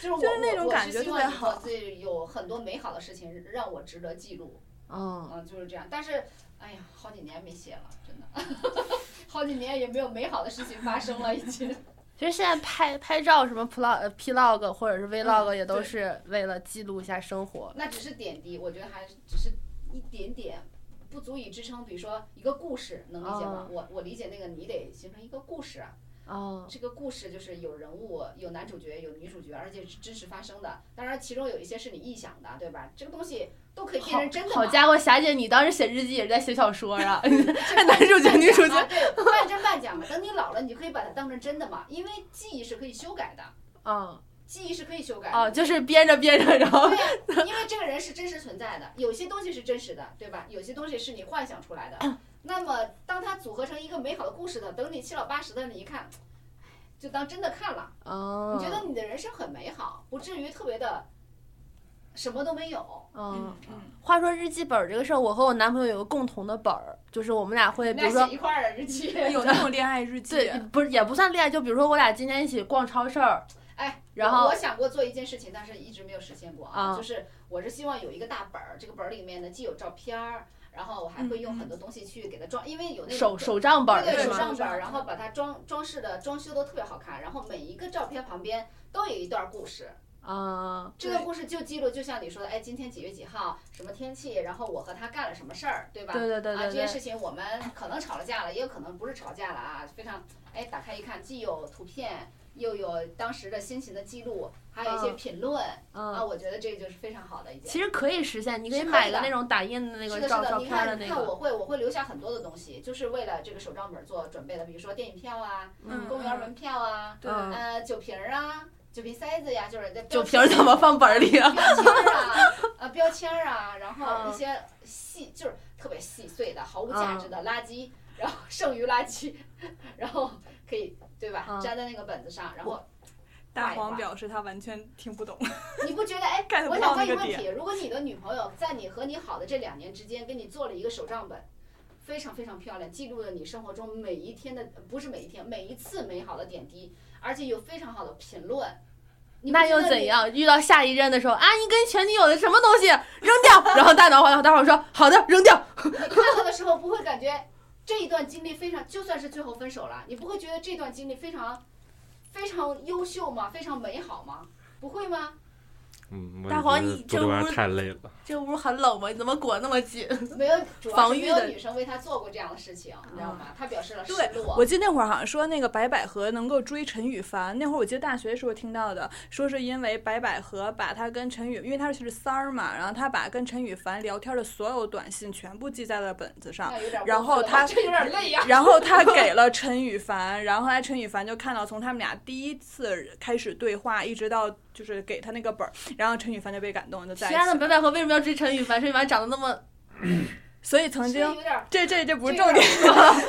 Speaker 3: 就是我
Speaker 5: 就是那种
Speaker 3: 我
Speaker 5: 感觉
Speaker 3: 我是希
Speaker 5: 特
Speaker 3: 望
Speaker 5: 别好
Speaker 3: 以后自己有很多美好的事情让我值得记录，
Speaker 1: 嗯，
Speaker 3: 嗯，就是这样。但是，哎呀，好几年没写了，真的， 好几年也没有美好的事情发生了，已经。
Speaker 1: 其实现在拍拍照什么 plog 呃 plog 或者是 vlog 也都是为了记录一下生活。
Speaker 3: 那只是点滴，我觉得还是只是一点点，不足以支撑。比如说一个故事，能理解吗？我我理解那个，你得形成一个故事啊。
Speaker 1: 哦，
Speaker 3: 这个故事就是有人物、有男主角、有女主角，而且是真实发生的。当然，其中有一些是你臆想的，对吧？这个东西都可以变
Speaker 1: 好
Speaker 3: 成真的嘛。
Speaker 1: 好家伙，霞姐，你当时写日记也是在写小说 啊？
Speaker 3: 男
Speaker 1: 主角女 主角
Speaker 3: 啊对，半真半假嘛。等你老了，你就可以把它当成真的嘛，因为记忆是可以修改的，
Speaker 1: 嗯，
Speaker 3: 记忆是可以修改的。
Speaker 1: 哦，就是编着编着，然后
Speaker 3: 对呀、因为这个人是真实存在的，有些东西是真实的，对吧？有些东西是你幻想出来
Speaker 1: 嗯
Speaker 3: 的。那么，当它组合成一个美好的故事的，等你七老八十的，你一看，就当真的看了。
Speaker 1: 哦
Speaker 3: 你觉得你的人生很美好，不至于特别的什么都没有。
Speaker 1: 嗯，
Speaker 5: 嗯，
Speaker 1: 话说日记本儿这个事儿，我和我男朋友有个共同的本儿，就是我们俩会，比
Speaker 3: 俩
Speaker 1: 如说
Speaker 3: 写一块儿的日记，
Speaker 5: 有那种恋爱日记，
Speaker 3: 嗯
Speaker 1: 对，不是也不算恋爱，就比如说我俩今天一起逛超市儿，
Speaker 3: 哎，
Speaker 1: 然
Speaker 3: 我
Speaker 1: 后
Speaker 3: 我想过做一件事情，但是一直没有实现过
Speaker 1: 啊
Speaker 3: 就是我是希望有一个大本儿，这个本儿里面呢既有照片儿，然后我还会用很多东西去给它装，因为有那
Speaker 1: 嗯
Speaker 3: 种
Speaker 1: 手手账本
Speaker 3: 对
Speaker 1: 儿
Speaker 3: 对
Speaker 1: 是
Speaker 3: 手
Speaker 1: 吗？
Speaker 3: 账本儿，然后把它装装饰的装修都特别好看，然后每一个照片旁边都有一段故事，
Speaker 1: 啊，
Speaker 3: 这个故事就记录，就像你说的，哎，今天几月几号，什么天气，然后我和他干了什么事儿，对吧？
Speaker 1: 对对对
Speaker 3: 啊，
Speaker 1: 对
Speaker 3: 这件
Speaker 1: 对，
Speaker 3: 事情我们可能吵了架了，也有可能不是吵架了啊，非常哎，打开一看，既有图片，又有当时的心情的记录，还有一些
Speaker 1: 嗯
Speaker 3: 评论、啊，
Speaker 1: 嗯，
Speaker 3: 我觉得这就是非常好的一件。
Speaker 1: 其实可以实现，你可以
Speaker 3: 是可以
Speaker 1: 买个
Speaker 3: 的
Speaker 1: 那种打印的那
Speaker 3: 是
Speaker 1: 个
Speaker 3: 的，
Speaker 1: 照
Speaker 3: 是
Speaker 1: 照
Speaker 3: 的，你
Speaker 1: 片
Speaker 3: 看，
Speaker 1: 的
Speaker 3: 你
Speaker 1: 那
Speaker 3: 看，
Speaker 1: 个，
Speaker 3: 我会我会留下很多的东西，就是为了这个手账本做准备的，比如说电影票啊，
Speaker 5: 嗯
Speaker 3: 公园门票啊，
Speaker 5: 对
Speaker 1: 嗯
Speaker 3: 呃，酒瓶儿啊，酒瓶塞子呀，就是
Speaker 1: 酒瓶儿怎么放本儿里啊？
Speaker 3: 标签儿啊，呃，标签儿啊，然后
Speaker 1: 嗯
Speaker 3: 一些细，就是特别细碎的、毫无价
Speaker 1: 嗯
Speaker 3: 值的垃圾，然后 剩余垃圾，然后可以对吧
Speaker 1: 嗯？
Speaker 3: 粘在那个本子上，然后
Speaker 5: 大黄表示他完全听不懂。
Speaker 3: 你不觉得哎
Speaker 5: get？不
Speaker 3: 我
Speaker 5: 到
Speaker 3: 想问一
Speaker 5: 那
Speaker 3: 个
Speaker 5: 个
Speaker 3: 问题：如果你的女朋友在你和你好的这两年之间，给你做了一个手账本，非常非常漂亮，记录了你生活中每一天的，不是每一天，每一次美好的点滴，而且有非常好的评论，你不
Speaker 1: 那
Speaker 3: 觉
Speaker 1: 又
Speaker 3: 得
Speaker 1: 怎
Speaker 3: 你？
Speaker 1: 样？遇到下一任的时候啊，你跟前女友的什么东西扔掉， 然后大脑话，大伙说好的扔掉，
Speaker 3: 你看到的时候不会感觉这一段经历非常，就算是最后分手了，你不会觉得这段经历非常非常优秀吗？非常美好吗？不会吗？
Speaker 4: 嗯，我
Speaker 1: 大
Speaker 4: 就
Speaker 1: 黄
Speaker 4: 觉得
Speaker 1: 你
Speaker 4: 做
Speaker 1: 这
Speaker 4: 玩意
Speaker 1: 屋
Speaker 4: 儿太累了。
Speaker 1: 这屋很冷吗？你怎么裹那么紧？
Speaker 3: 没有，主要
Speaker 1: 防
Speaker 3: 是
Speaker 1: 御
Speaker 3: 没有
Speaker 1: 的啊
Speaker 3: 女生为他做过这样的事情，你知道吗？他表示了失
Speaker 5: 对
Speaker 3: 落。
Speaker 5: 我记得那会儿好像说那个白百合能够追陈羽凡，那会儿我记得大学时候听到的，说是因为白百合把她跟陈羽，因为她是三儿嘛，然后她把跟陈羽凡聊天的所有短信全部记在了本子上。
Speaker 3: 那有点过分了，
Speaker 5: 然后他
Speaker 3: 这有点累呀、啊
Speaker 5: 然后她给了陈羽凡，然后后来陈羽凡就看到从他们俩第一次开始对话，一直到就是给他那个本儿，然后陈羽凡就被感动，就在一
Speaker 1: 天呐，啊
Speaker 5: 起。
Speaker 1: 表百合为什么要追陈羽凡？陈羽凡长得那么……
Speaker 5: 所
Speaker 1: 啊哦
Speaker 5: 以曾
Speaker 3: 这
Speaker 5: 经
Speaker 3: 有点儿
Speaker 5: 这这这不是
Speaker 3: 这
Speaker 5: 重
Speaker 3: 个
Speaker 5: 点，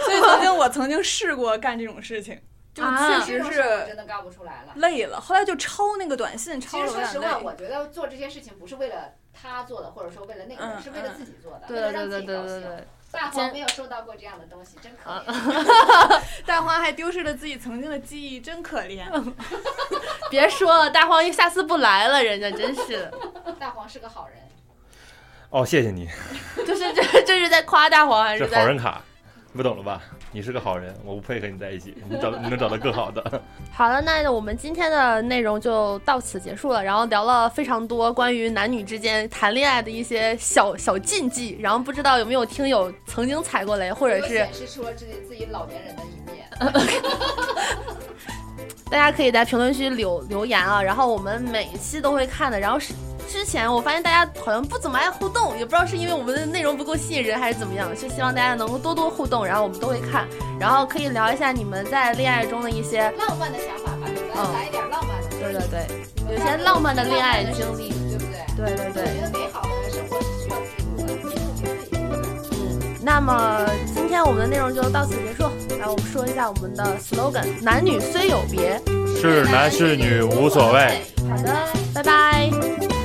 Speaker 5: 所以曾经我曾经试过干这种事情，就
Speaker 1: 啊
Speaker 3: 这
Speaker 5: 确实
Speaker 3: 种事儿我
Speaker 5: 是
Speaker 3: 真的干不出来了。
Speaker 5: 累了。后来就抄那个短信，
Speaker 3: 其
Speaker 5: 抄
Speaker 3: 实说
Speaker 5: 的
Speaker 3: 实
Speaker 5: 有
Speaker 3: 话，
Speaker 5: 点累。
Speaker 3: 我觉得做这些事情不是为了他做的，或者说为了那个人，
Speaker 5: 嗯
Speaker 3: 是为了
Speaker 5: 嗯
Speaker 3: 自己做的，为
Speaker 1: 对
Speaker 3: 了
Speaker 1: 对
Speaker 3: 让
Speaker 1: 对
Speaker 3: 自
Speaker 1: 对对
Speaker 3: 己高
Speaker 1: 对
Speaker 3: 兴。
Speaker 1: 对，
Speaker 3: 大
Speaker 1: 真
Speaker 3: 黄没有收到过这样的东西，真可
Speaker 1: 啊
Speaker 3: 怜。
Speaker 5: 大花还丢失了自己曾经的记忆，真可怜。
Speaker 1: 别说了，大黄下次不来了，人家真是的，
Speaker 3: 大黄是个好人，
Speaker 4: 哦，谢谢你，
Speaker 1: 就是这这是在夸大黄还
Speaker 4: 这
Speaker 1: 是
Speaker 4: 好
Speaker 1: 在？
Speaker 4: 人卡，不懂了吧？你是个好人，我不配和你在一起，你找你能找到更好的。
Speaker 1: 好了，那我们今天的内容就到此结束了。然后聊了非常多关于男女之间谈恋爱的一些小小禁忌，然后不知道有没有听友曾经踩过雷，或者
Speaker 3: 没有
Speaker 1: 是
Speaker 3: 显示出了自己自己老年人的一面。
Speaker 1: 大家可以在评论区留留言啊，然后我们每一期都会看的。然后是之前我发现大家好像不怎么爱互动，也不知道是因为我们的内容不够吸引人还是怎么样，就希望大家能够多多互动，然后我们都会看，然后可以聊一下你们在恋爱中的一些，
Speaker 3: 浪漫的想法吧，咱来一点浪漫的，
Speaker 1: 嗯对对对，
Speaker 3: 对
Speaker 1: 有些浪漫的恋爱经历，
Speaker 3: 对不对？
Speaker 1: 对对对
Speaker 3: 我。觉得美好的生活是需要记录的，记录给自己的。
Speaker 1: 那么今天我们的内容就到此结束，来我们说一下我们的 slogan：男女虽有别。
Speaker 4: 是男是女无所谓。
Speaker 1: 好的，拜拜。
Speaker 3: 拜